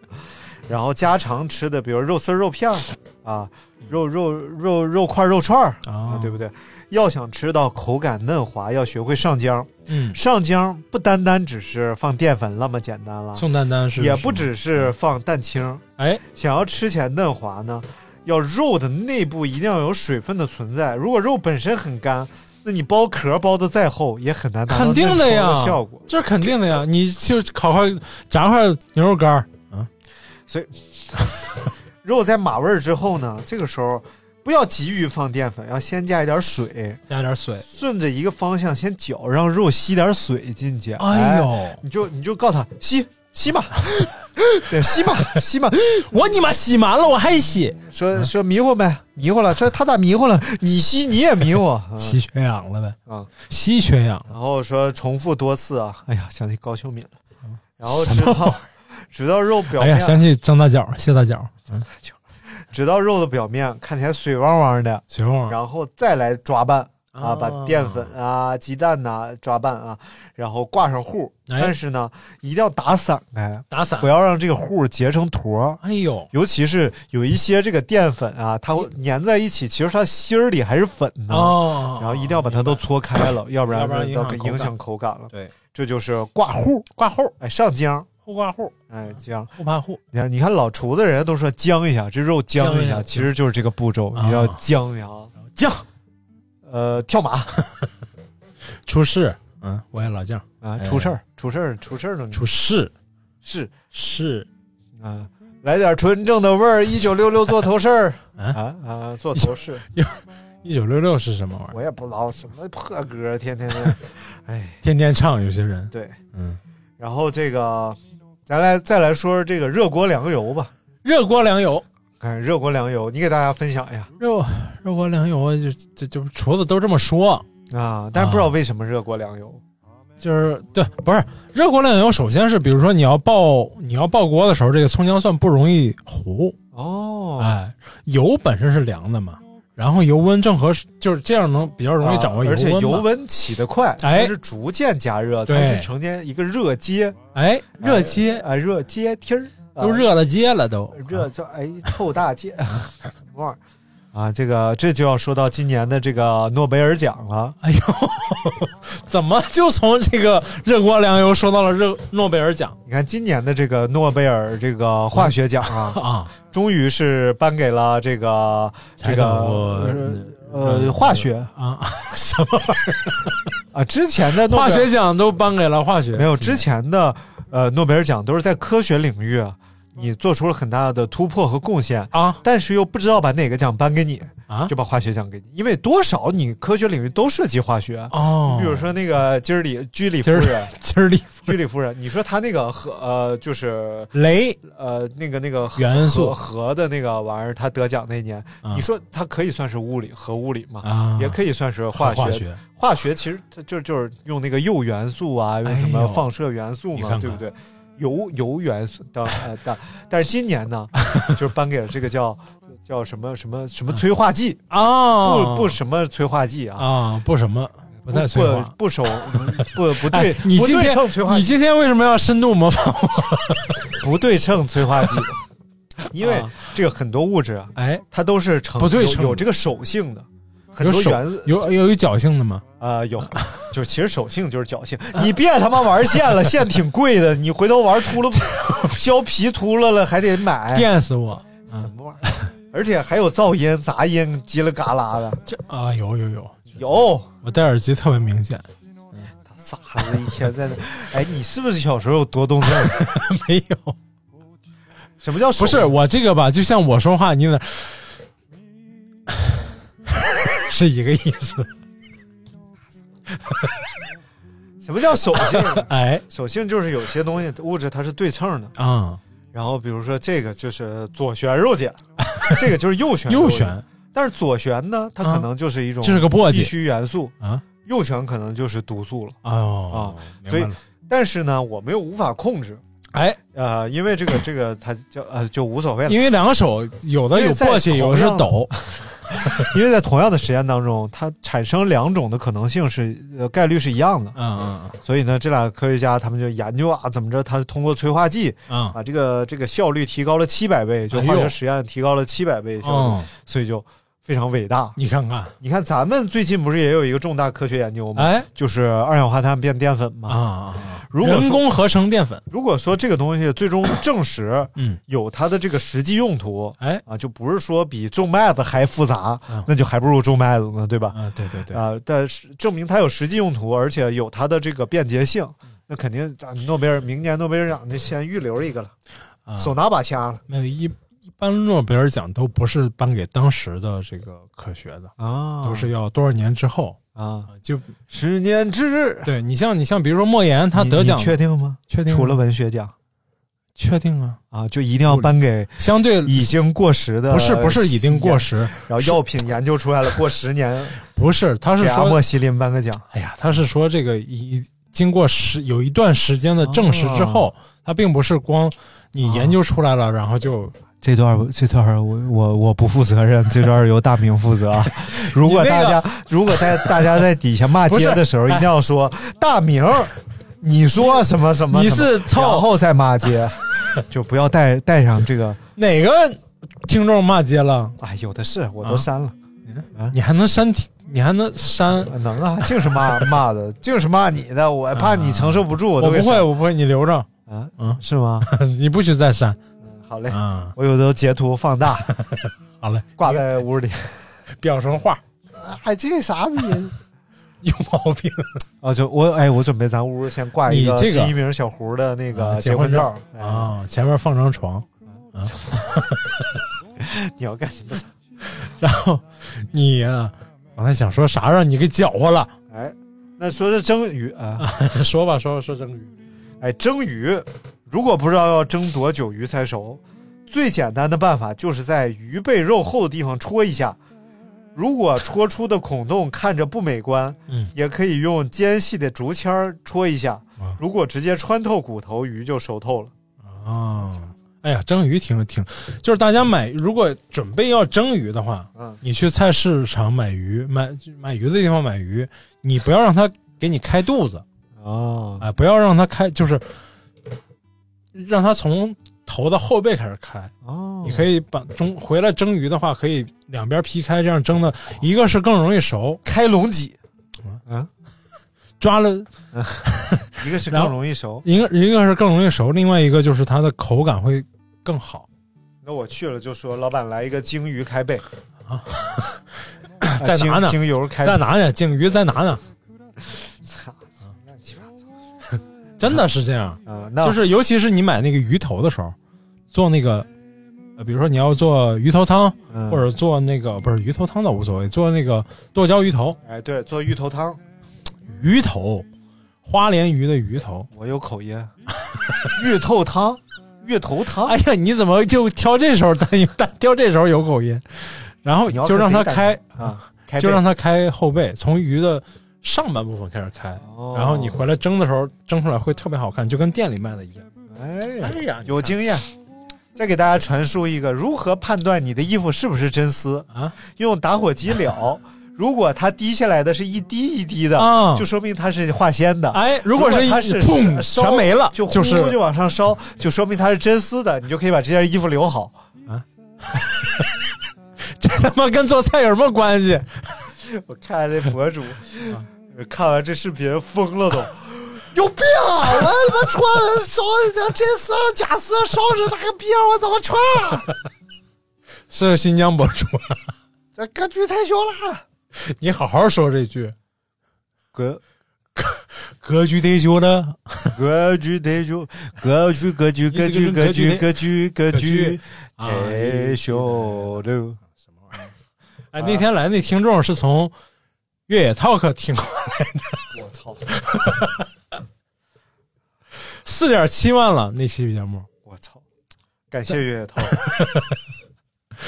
Speaker 1: <laughs> 然后家常吃的，比如肉丝儿、肉片儿啊，肉肉肉肉块儿、肉串儿啊
Speaker 2: 啊，，
Speaker 1: 对不对？要想吃到口感嫩滑，要学会上浆。
Speaker 2: 嗯，
Speaker 1: 上浆不单单只是放淀粉那么简单了，
Speaker 2: 宋丹丹是嗯
Speaker 1: 也不
Speaker 2: 什么
Speaker 1: 只是放蛋清。
Speaker 2: 哎，
Speaker 1: 想要吃起来嫩滑呢，要肉的内部一定要有水分的存在。如果肉本身很干，那你剥壳剥的再厚，也很难达到
Speaker 2: 肯定的
Speaker 1: 嫩
Speaker 2: 呀
Speaker 1: 稠的效果。
Speaker 2: 这是肯定的呀，你就烤块炸块牛肉干儿
Speaker 1: 肉在码味儿之后呢，这个时候不要急于放淀粉，要先加一点水，
Speaker 2: 加点水。
Speaker 1: 顺着一个方向先搅，让肉吸点水进去。
Speaker 2: 哎呦，
Speaker 1: 你就你就告诉他吸吸吧， <laughs> 对，吸吧吸吧，
Speaker 2: 我你妈洗完了我还洗，
Speaker 1: 说说迷糊呗，迷糊了，说他咋迷糊了？你吸你也迷糊，啊
Speaker 2: 吸缺氧了呗？
Speaker 1: 啊，
Speaker 2: 吸缺氧。
Speaker 1: 然后说重复多次啊，哎呀，想起高秀敏了，然后直到 <laughs> 直到肉表
Speaker 2: 哎呀，
Speaker 1: 面，
Speaker 2: 想起张大脚、谢大脚、嗯，
Speaker 1: 直到肉的表面看起来水汪汪的，
Speaker 2: 水旺
Speaker 1: 然后再来抓拌啊，
Speaker 2: 嗯啊
Speaker 1: 把淀粉啊、鸡蛋呐、抓拌啊，然后挂上糊。
Speaker 2: 哎
Speaker 1: 但是呢，一定要打散开，
Speaker 2: 打散
Speaker 1: 不。要让这个糊结成坨儿。
Speaker 2: 哎呦，
Speaker 1: 尤其是有一些这个淀粉啊，它会粘在一起，其实它芯儿里还是粉呢。
Speaker 2: 哦，
Speaker 1: 嗯然后一定要把它都搓开了，要不然
Speaker 2: 要不然影响
Speaker 1: 到
Speaker 2: 口感
Speaker 1: 影响口感了。
Speaker 2: 对，
Speaker 1: 这就是挂糊，
Speaker 2: 挂后
Speaker 1: 哎，上浆，
Speaker 2: 后挂后，
Speaker 1: 哎，浆。
Speaker 2: 后怕后。
Speaker 1: 你看，你看老厨子人都说浆一下，这肉
Speaker 2: 浆
Speaker 1: 浆
Speaker 2: 一
Speaker 1: 一
Speaker 2: 下
Speaker 1: 下，其实就是这个步骤，
Speaker 2: 啊
Speaker 1: 你要浆一下。
Speaker 2: 酱
Speaker 1: 呃，跳马，
Speaker 2: 出事，嗯，我也老酱
Speaker 1: 啊，
Speaker 2: 哎
Speaker 1: 出事儿，出事儿，出事儿了！
Speaker 2: 出事
Speaker 1: 是
Speaker 2: 是
Speaker 1: 啊，来点纯正的味儿。一九六六做头饰儿
Speaker 2: <laughs> 啊
Speaker 1: 啊啊，做头饰，
Speaker 2: 一九六六是什么玩意儿？
Speaker 1: 我也不知道什么破歌，天天的，哎，
Speaker 2: 天天唱，有些人
Speaker 1: 对。
Speaker 2: 嗯，
Speaker 1: 然后这个，咱来再来说这个热锅凉油吧。
Speaker 2: 热锅凉油，
Speaker 1: 看热锅凉油，你给大家分享一下
Speaker 2: 热热锅凉油啊，就就就厨子都这么说，
Speaker 1: 啊。但是不知道为什么热锅凉油
Speaker 2: 就是对，不是热锅凉油，首先是比如说你要爆你要爆锅的时候，这个葱姜蒜不容易糊，
Speaker 1: 哦，
Speaker 2: 哎，油本身是凉的嘛，然后油温正合适，就是这样能比较容易掌握
Speaker 1: 啊
Speaker 2: 油
Speaker 1: 而且
Speaker 2: 温
Speaker 1: 油
Speaker 2: 嘛。
Speaker 1: 温起得快，
Speaker 2: 哎
Speaker 1: 它是逐渐加热，它
Speaker 2: 对
Speaker 1: 是呈现一个热阶
Speaker 2: 哎，热街
Speaker 1: 啊，热阶梯儿啊呃
Speaker 2: 都热了街了都，
Speaker 1: <laughs> 热叫哎臭大街，什么玩意儿？啊，这个这就要说到今年的这个诺贝尔奖了。
Speaker 2: 哎呦， <laughs> 怎么就从这个热锅凉油说到了热诺贝尔奖
Speaker 1: 你看今年的这个诺贝尔这个化学奖
Speaker 2: <laughs>
Speaker 1: 啊，
Speaker 2: 啊？
Speaker 1: 终于是颁给了这
Speaker 2: <laughs>
Speaker 1: 个这
Speaker 2: 柴可夫
Speaker 1: 个呃化学
Speaker 2: 啊，什么玩意
Speaker 1: 啊，之前的
Speaker 2: 儿？
Speaker 1: 诺贝
Speaker 2: 化
Speaker 1: 尔
Speaker 2: 学奖都颁给了化学，
Speaker 1: 没有之前的呃诺贝尔奖都是在科学领域啊，你做出了很大的突破和贡献，
Speaker 2: 啊
Speaker 1: 但是又不知道把哪个奖颁给你，
Speaker 2: 啊
Speaker 1: 就把化学奖给你，因为多少你科学领域都涉及化学。
Speaker 2: 哦，
Speaker 1: 比如说那个居里居里夫
Speaker 2: 今儿
Speaker 1: 人，
Speaker 2: 今儿里
Speaker 1: 居里夫人， <laughs> 你说她那个核呃就是
Speaker 2: 雷
Speaker 1: 呃那个那个核
Speaker 2: 元素
Speaker 1: 核核的那个玩意儿，她得奖那年，
Speaker 2: 啊
Speaker 1: 你说它可以算是物理核物理嘛？
Speaker 2: 啊，
Speaker 1: 也可以算是
Speaker 2: 化
Speaker 1: 化学，化学其实它就是就是用那个铀元素啊，用什
Speaker 2: 哎
Speaker 1: 么
Speaker 2: 呦
Speaker 1: 放射元素
Speaker 2: 你
Speaker 1: 嘛，
Speaker 2: 看看
Speaker 1: 对不对？铀铀元素当呃但但是今年呢，就是颁给了这个叫叫什么什么什么催化剂，
Speaker 2: 啊，
Speaker 1: 不不什么催化剂啊，
Speaker 2: 啊，不什么，不再催化。
Speaker 1: 不不手不不对，
Speaker 2: <laughs> 哎你
Speaker 1: 不
Speaker 2: 今
Speaker 1: 对
Speaker 2: 天
Speaker 1: 称催化
Speaker 2: 你
Speaker 1: 剂，
Speaker 2: 今天为什么要深度模仿我？
Speaker 1: 不对称催化剂，因为
Speaker 2: 啊
Speaker 1: 这个很多物质啊，
Speaker 2: 哎，
Speaker 1: 它都是成
Speaker 2: 不对
Speaker 1: 有
Speaker 2: 称
Speaker 1: 有这个手性的，很
Speaker 2: 有
Speaker 1: 多
Speaker 2: 手
Speaker 1: 原
Speaker 2: 有有有侥幸的吗？
Speaker 1: 啊，有， <laughs> 就是其实手性就是侥幸， <laughs> 你别他妈玩线 <laughs> 了，线挺贵的，你回头玩秃 <laughs> 噜，削皮秃噜了还得买，
Speaker 2: 电死我！
Speaker 1: 什么玩意儿？ <laughs> 而且还有噪音、杂音，叽里嘎啦的，
Speaker 2: 这啊，有有有，
Speaker 1: <laughs> 有。
Speaker 2: 我戴耳机特别明显， <laughs>
Speaker 1: 傻子一天在那， <laughs> 哎，你是不是小时候有多 <laughs> 动症？
Speaker 2: 没有，
Speaker 1: 什么叫手
Speaker 2: 不是我这个吧？就像我说话，你那 <laughs> 是一个意思。
Speaker 1: 什么叫手 <laughs> 性？
Speaker 2: 哎
Speaker 1: 手性就是有些东西物质它是对称的，
Speaker 2: 啊，
Speaker 1: 然后比如说这个就是左旋肉 <laughs> 碱，这个就是右旋肉
Speaker 2: 右
Speaker 1: 碱
Speaker 2: 旋
Speaker 1: 但是左旋呢，它可
Speaker 2: 啊
Speaker 1: 能就是一种
Speaker 2: 就是个簸
Speaker 1: 必
Speaker 2: 箕
Speaker 1: 需元素，
Speaker 2: 啊，
Speaker 1: 右旋可能就是毒素了。
Speaker 2: 哦，明白
Speaker 1: 所以
Speaker 2: 了。
Speaker 1: 但是呢，我们又无法控制，
Speaker 2: 哎，
Speaker 1: 呃，因为这个这个它叫呃就无所谓了，
Speaker 2: 因为两个手有的
Speaker 1: 因
Speaker 2: 有
Speaker 1: 为在
Speaker 2: 簸箕，有的是
Speaker 1: 同样
Speaker 2: 抖。
Speaker 1: 因为在同样的时间当中，它产生两种的可能性是呃概率是一样的，
Speaker 2: 嗯嗯
Speaker 1: 所以呢，这俩科学家他们就研究啊，怎么着，它是通过催化剂
Speaker 2: 嗯
Speaker 1: 把这个这个效率提高了七百倍，就化
Speaker 2: 哎
Speaker 1: 学
Speaker 2: 呦
Speaker 1: 实验提高了七百倍效率，
Speaker 2: 嗯，
Speaker 1: 所以就非常伟大。
Speaker 2: 你看看，
Speaker 1: 你看，咱们最近不是也有一个重大科学研究吗？
Speaker 2: 哎
Speaker 1: 就是二氧化碳变淀粉嘛。
Speaker 2: 啊，
Speaker 1: 如果
Speaker 2: 人
Speaker 1: 说
Speaker 2: 工合成淀粉，
Speaker 1: 如果说这个东西最终证实
Speaker 2: <coughs> 嗯，
Speaker 1: 有它的这个实际用途
Speaker 2: 哎，
Speaker 1: 啊，就不是说比种麦子还复杂
Speaker 2: 嗯，
Speaker 1: 那就还不如种麦子呢，对吧？
Speaker 2: 啊，对对对，
Speaker 1: 啊，但是证明它有实际用途，而且有它的这个便捷性，
Speaker 2: 嗯
Speaker 1: 那肯定啊，诺贝尔明年诺贝尔奖就先预留一个了，
Speaker 2: 啊
Speaker 1: 手拿把掐了
Speaker 2: 没有一一般诺贝尔奖都不是颁给当时的这个科学的，
Speaker 1: 啊
Speaker 2: 都是要多少年之后
Speaker 1: 啊，
Speaker 2: 啊？就
Speaker 1: 十年之日，
Speaker 2: 对你像你像比如说莫言，他
Speaker 1: 你
Speaker 2: 得奖
Speaker 1: 你确定吗？
Speaker 2: 确定
Speaker 1: 除
Speaker 2: 吗
Speaker 1: 了文学奖
Speaker 2: 确定啊，
Speaker 1: 啊，就一定要颁给
Speaker 2: 相对
Speaker 1: 已经过时的，
Speaker 2: 不是不是已经过，时，
Speaker 1: 然后药品研究出来了，过十年
Speaker 2: 不是 <laughs> 他是
Speaker 1: 给阿
Speaker 2: 说
Speaker 1: 莫西林颁个奖。
Speaker 2: 哎呀，他是说这个一经过时有一段时间
Speaker 1: 哦
Speaker 2: 的证实之后，他并不是光你研究出来了，然后就
Speaker 1: 这段儿这段儿我我我不负责任， <laughs> 这段儿由大明负责啊。如果
Speaker 2: 你
Speaker 1: 大
Speaker 2: 那个
Speaker 1: 家、如果 <laughs> 大大家在底下骂
Speaker 2: 不是
Speaker 1: 街的时候，一
Speaker 2: 哎
Speaker 1: 定要说、大明儿，你说什么什么
Speaker 2: 你
Speaker 1: 什么
Speaker 2: 是
Speaker 1: 然
Speaker 2: 操
Speaker 1: 后再骂 <laughs> 街，就不要带带上这个。
Speaker 2: 哪个听众骂街了？
Speaker 1: 哎，有的是，我都
Speaker 2: 啊
Speaker 1: 删了，
Speaker 2: 你还能删？你还能删？
Speaker 1: <laughs> 能啊，净是骂骂的，净是骂你的，我怕你承受不住，我
Speaker 2: 我
Speaker 1: 都
Speaker 2: 不
Speaker 1: 给
Speaker 2: 会，
Speaker 1: 删
Speaker 2: 我不会，你留
Speaker 1: <laughs>
Speaker 2: 着，
Speaker 1: 啊，
Speaker 2: 嗯，
Speaker 1: 是吗？
Speaker 2: 你不许再删
Speaker 1: 好嘞，
Speaker 2: 啊！
Speaker 1: 我有的截图放大
Speaker 2: 好嘞，
Speaker 1: 挂在屋里。
Speaker 2: 裱成画，
Speaker 1: 哎，这傻逼！ <laughs>
Speaker 2: 有毛病。
Speaker 1: 啊，就我哎，我准备咱屋先挂一
Speaker 2: 你
Speaker 1: 个
Speaker 2: 这个
Speaker 1: 金一鸣小胡的那
Speaker 2: 啊
Speaker 1: 个
Speaker 2: 结
Speaker 1: 结
Speaker 2: 婚
Speaker 1: 婚照
Speaker 2: 照
Speaker 1: 哎
Speaker 2: 啊，前面放张床，
Speaker 1: <laughs> 你要干什么？
Speaker 2: 然后你啊，刚才想说啥让你给搅和了？
Speaker 1: 哎，那说是蒸鱼啊，
Speaker 2: 说吧，说吧，说蒸鱼
Speaker 1: 哎，蒸鱼，如果不知道要蒸多久鱼才熟，最简单的办法就是在鱼背肉厚的地方戳一下。如果戳出的孔洞看着不美观，
Speaker 2: 嗯
Speaker 1: 也可以用尖细的竹签儿戳一下
Speaker 2: 啊。
Speaker 1: 如果直接穿透骨头，鱼就熟透了。
Speaker 2: 啊。哎呀，蒸鱼挺挺，就是大家买，如果准备要蒸鱼的话，
Speaker 1: 嗯
Speaker 2: 你去菜市场买鱼，买买鱼的地方买鱼，你不要让它给你开肚子，
Speaker 1: 哦，
Speaker 2: 哎，不要让它开，就是让它从头到后背开始开，
Speaker 1: 哦，
Speaker 2: 你可以把蒸回来蒸鱼的话，可以两边劈开，这样蒸的，一个是更容易熟，
Speaker 1: 开龙脊，
Speaker 2: 抓了
Speaker 1: 一个是
Speaker 2: 然
Speaker 1: 更
Speaker 2: 后
Speaker 1: 容易熟。
Speaker 2: 一个一个是更容易熟，另外一个就是它的口感会更好。
Speaker 1: 那我去了就说，老板来一个鲸鱼开背
Speaker 2: 啊，
Speaker 1: 啊
Speaker 2: 在哪呢
Speaker 1: 鲸鲸油开背，
Speaker 2: 在哪呢？鲸鱼在哪呢？
Speaker 1: 操乱七八糟
Speaker 2: 真的是这样，
Speaker 1: 啊！那
Speaker 2: 就是尤其是你买那个鱼头的时候，做那个，呃，比如说你要做鱼头汤，
Speaker 1: 嗯
Speaker 2: 或者做那个不是鱼头汤倒无所谓，做那个剁椒鱼头，
Speaker 1: 哎，对，做鱼头汤，
Speaker 2: 鱼头，花鲢鱼的鱼头。
Speaker 1: 我有口音， <laughs> 芋头汤，芋头汤。
Speaker 2: 哎呀，你怎么就挑这时候担忧，但挑这时候有口音，然后
Speaker 1: 你要
Speaker 2: 就让它
Speaker 1: 自己
Speaker 2: 开，
Speaker 1: 啊，开背
Speaker 2: 就让它开后背，从鱼的上半部分开始开，
Speaker 1: 哦
Speaker 2: 然后你回来蒸的时候蒸出来会特别好看，就跟店里卖的一样。
Speaker 1: 哎
Speaker 2: 呀
Speaker 1: 有经验。再给大家传输一个如何判断你的衣服是不是真丝，
Speaker 2: 啊
Speaker 1: 用打火机
Speaker 2: <laughs>
Speaker 1: 燎，如果它滴下来的是一滴一滴的，
Speaker 2: 啊
Speaker 1: 就说明它是化纤的。
Speaker 2: 哎，如
Speaker 1: 如
Speaker 2: 果是一
Speaker 1: 它是
Speaker 2: 砰
Speaker 1: 烧
Speaker 2: 全没了，
Speaker 1: 就
Speaker 2: 就
Speaker 1: 呼呼
Speaker 2: 是
Speaker 1: 就往上烧，就说明它是真丝的，你就可以把这件衣服留好。 <laughs>
Speaker 2: 这他妈跟做菜有什么关系？
Speaker 1: 我看那博主，
Speaker 2: 啊
Speaker 1: 看完这视频疯了都， <laughs> 有病啊！我他妈穿烧的真丝假丝烧成那个逼样，我怎么穿啊？
Speaker 2: 是个新疆博主，
Speaker 1: 这格局太小了。
Speaker 2: 你好好说这句。
Speaker 1: 格
Speaker 2: 格局得修的，
Speaker 1: 格局得就格局格局格局格局格局格局
Speaker 2: 啊
Speaker 1: 得小了。
Speaker 2: 哎，那天来那听众是从越野 talk
Speaker 1: <laughs>
Speaker 2: 听过来的，
Speaker 1: 我操！
Speaker 2: 四点七万了那期节目。
Speaker 1: 我操！感谢月月
Speaker 2: <laughs>
Speaker 1: 涛，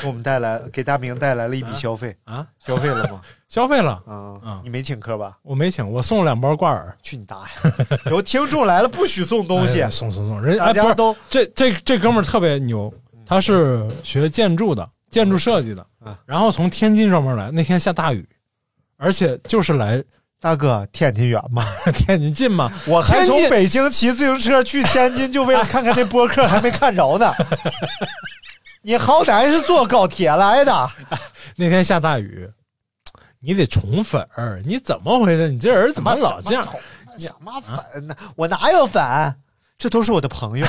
Speaker 1: 给我们带来给大明带来了一笔消费，
Speaker 2: 啊，
Speaker 1: 消费
Speaker 2: <laughs>
Speaker 1: 了吗？
Speaker 2: 消费了，
Speaker 1: 啊
Speaker 2: 嗯，
Speaker 1: 你没请客吧？
Speaker 2: 我没请，我送了两包挂耳
Speaker 1: 去你大爷！
Speaker 2: <laughs>
Speaker 1: 有听众来了，不许送东西啊
Speaker 2: 哎，送送送人，
Speaker 1: 大
Speaker 2: 哎，不
Speaker 1: 家
Speaker 2: 是，
Speaker 1: 都
Speaker 2: 这这这哥们儿特别牛，他是学建筑的，建筑设计的
Speaker 1: 啊，
Speaker 2: 然后从天津专门来，那天下大雨，而且就是来 <laughs>
Speaker 1: 大哥天津远吗？
Speaker 2: 天津近嘛，
Speaker 1: 我还
Speaker 2: 天
Speaker 1: 从
Speaker 2: 津
Speaker 1: 北京骑自行车去天津，就为了看看那播客，还没看着
Speaker 2: <laughs>
Speaker 1: 呢。你好歹是坐高铁来的，
Speaker 2: 哎那天下大雨，你得宠粉儿，你怎么回事？你这人怎么老这样？
Speaker 1: 你妈粉呢？我哪有粉？这都是我的朋
Speaker 2: <laughs>
Speaker 1: 友，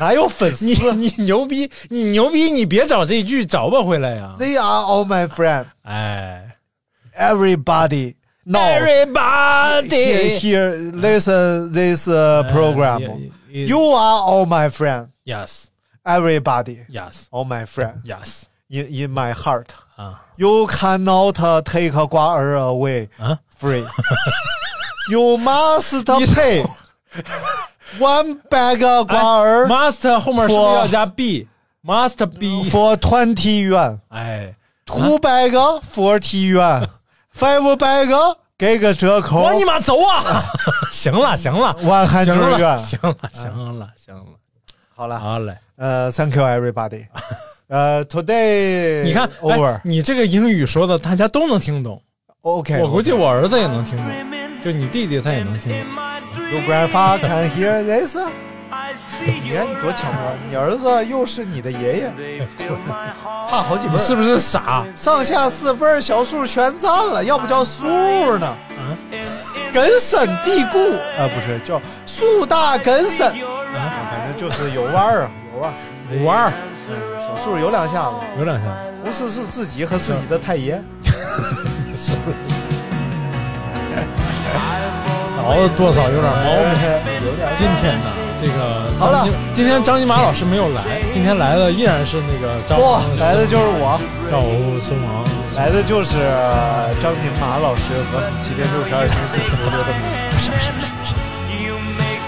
Speaker 1: 哪有粉 <laughs> 丝
Speaker 2: 你哎你牛逼，你牛逼，你别找这句，找不回来呀！
Speaker 1: ？They are all my friend.
Speaker 2: 哎
Speaker 1: Everybody knows. Here,
Speaker 2: <laughs>，Everybody，yes，
Speaker 1: here, listen this uh, program.
Speaker 2: yeah,
Speaker 1: You are all my friend. Everybody,
Speaker 2: yes
Speaker 1: all my friend.
Speaker 2: yes
Speaker 1: In in my heart,
Speaker 2: 啊
Speaker 1: you cannot uh, take a guar away
Speaker 2: 啊！
Speaker 1: free. you must
Speaker 2: 你
Speaker 1: pay one bag of guar
Speaker 2: 哎 master 后面是不是要加 b？master b，
Speaker 1: for twenty yuan,
Speaker 2: 哎，
Speaker 1: two bag forty
Speaker 2: <laughs>
Speaker 1: yuan, five bag 给个折扣。
Speaker 2: 我你妈走啊！ <laughs> 行了行了，
Speaker 1: 万汉
Speaker 2: 行
Speaker 1: 之
Speaker 2: 了
Speaker 1: 愿
Speaker 2: 行了行了行了，
Speaker 1: 好了，
Speaker 2: 好嘞。
Speaker 1: 呃，Thank you
Speaker 2: <laughs>
Speaker 1: everybody. 呃，Today
Speaker 2: 你看，哎
Speaker 1: over，
Speaker 2: 你这个英语说的，大家都能听懂。
Speaker 1: OK，
Speaker 2: 我估计我儿子也能听懂，就你弟弟他也能听懂。
Speaker 1: Your grandpa can hear this. <laughs> 你看你多强啊！你儿子又是你的爷爷，差好几辈
Speaker 2: 你是
Speaker 1: 儿，
Speaker 2: 不是傻？
Speaker 1: 上下四辈儿小数全占了，要不叫素呢？根深蒂固啊，不是叫树大根深，啊反正就是有弯儿啊， <laughs> 有弯儿。
Speaker 2: 五二
Speaker 1: 小树有两下子，
Speaker 2: 有两下，
Speaker 1: 不是是自己和自己的太 <laughs> 爷。
Speaker 2: 脑子多少有点毛病。今天呢，这个
Speaker 1: 好了
Speaker 2: 张金，今天张金马老师没有来，今天来的依然是那个张
Speaker 1: 哇，来的就是哎我。
Speaker 2: 赵武孙王。
Speaker 1: 来的就是呃张锦马老师和七天六十二星宿徒留的名字。不是不是不是不是。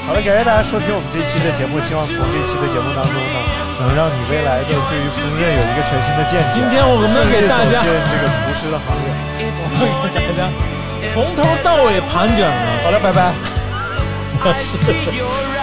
Speaker 1: 好了，感谢大家收听我们这期的节目，希望从这期的节目当中呢，能让你未来的对于烹饪有一个全新的见解。
Speaker 2: 今天我们
Speaker 1: 顺利
Speaker 2: 给大家
Speaker 1: 走进这个厨师的行业。
Speaker 2: <laughs> 我给大家从头到尾盘卷
Speaker 1: 好
Speaker 2: 了。
Speaker 1: 了，拜拜。
Speaker 2: 我是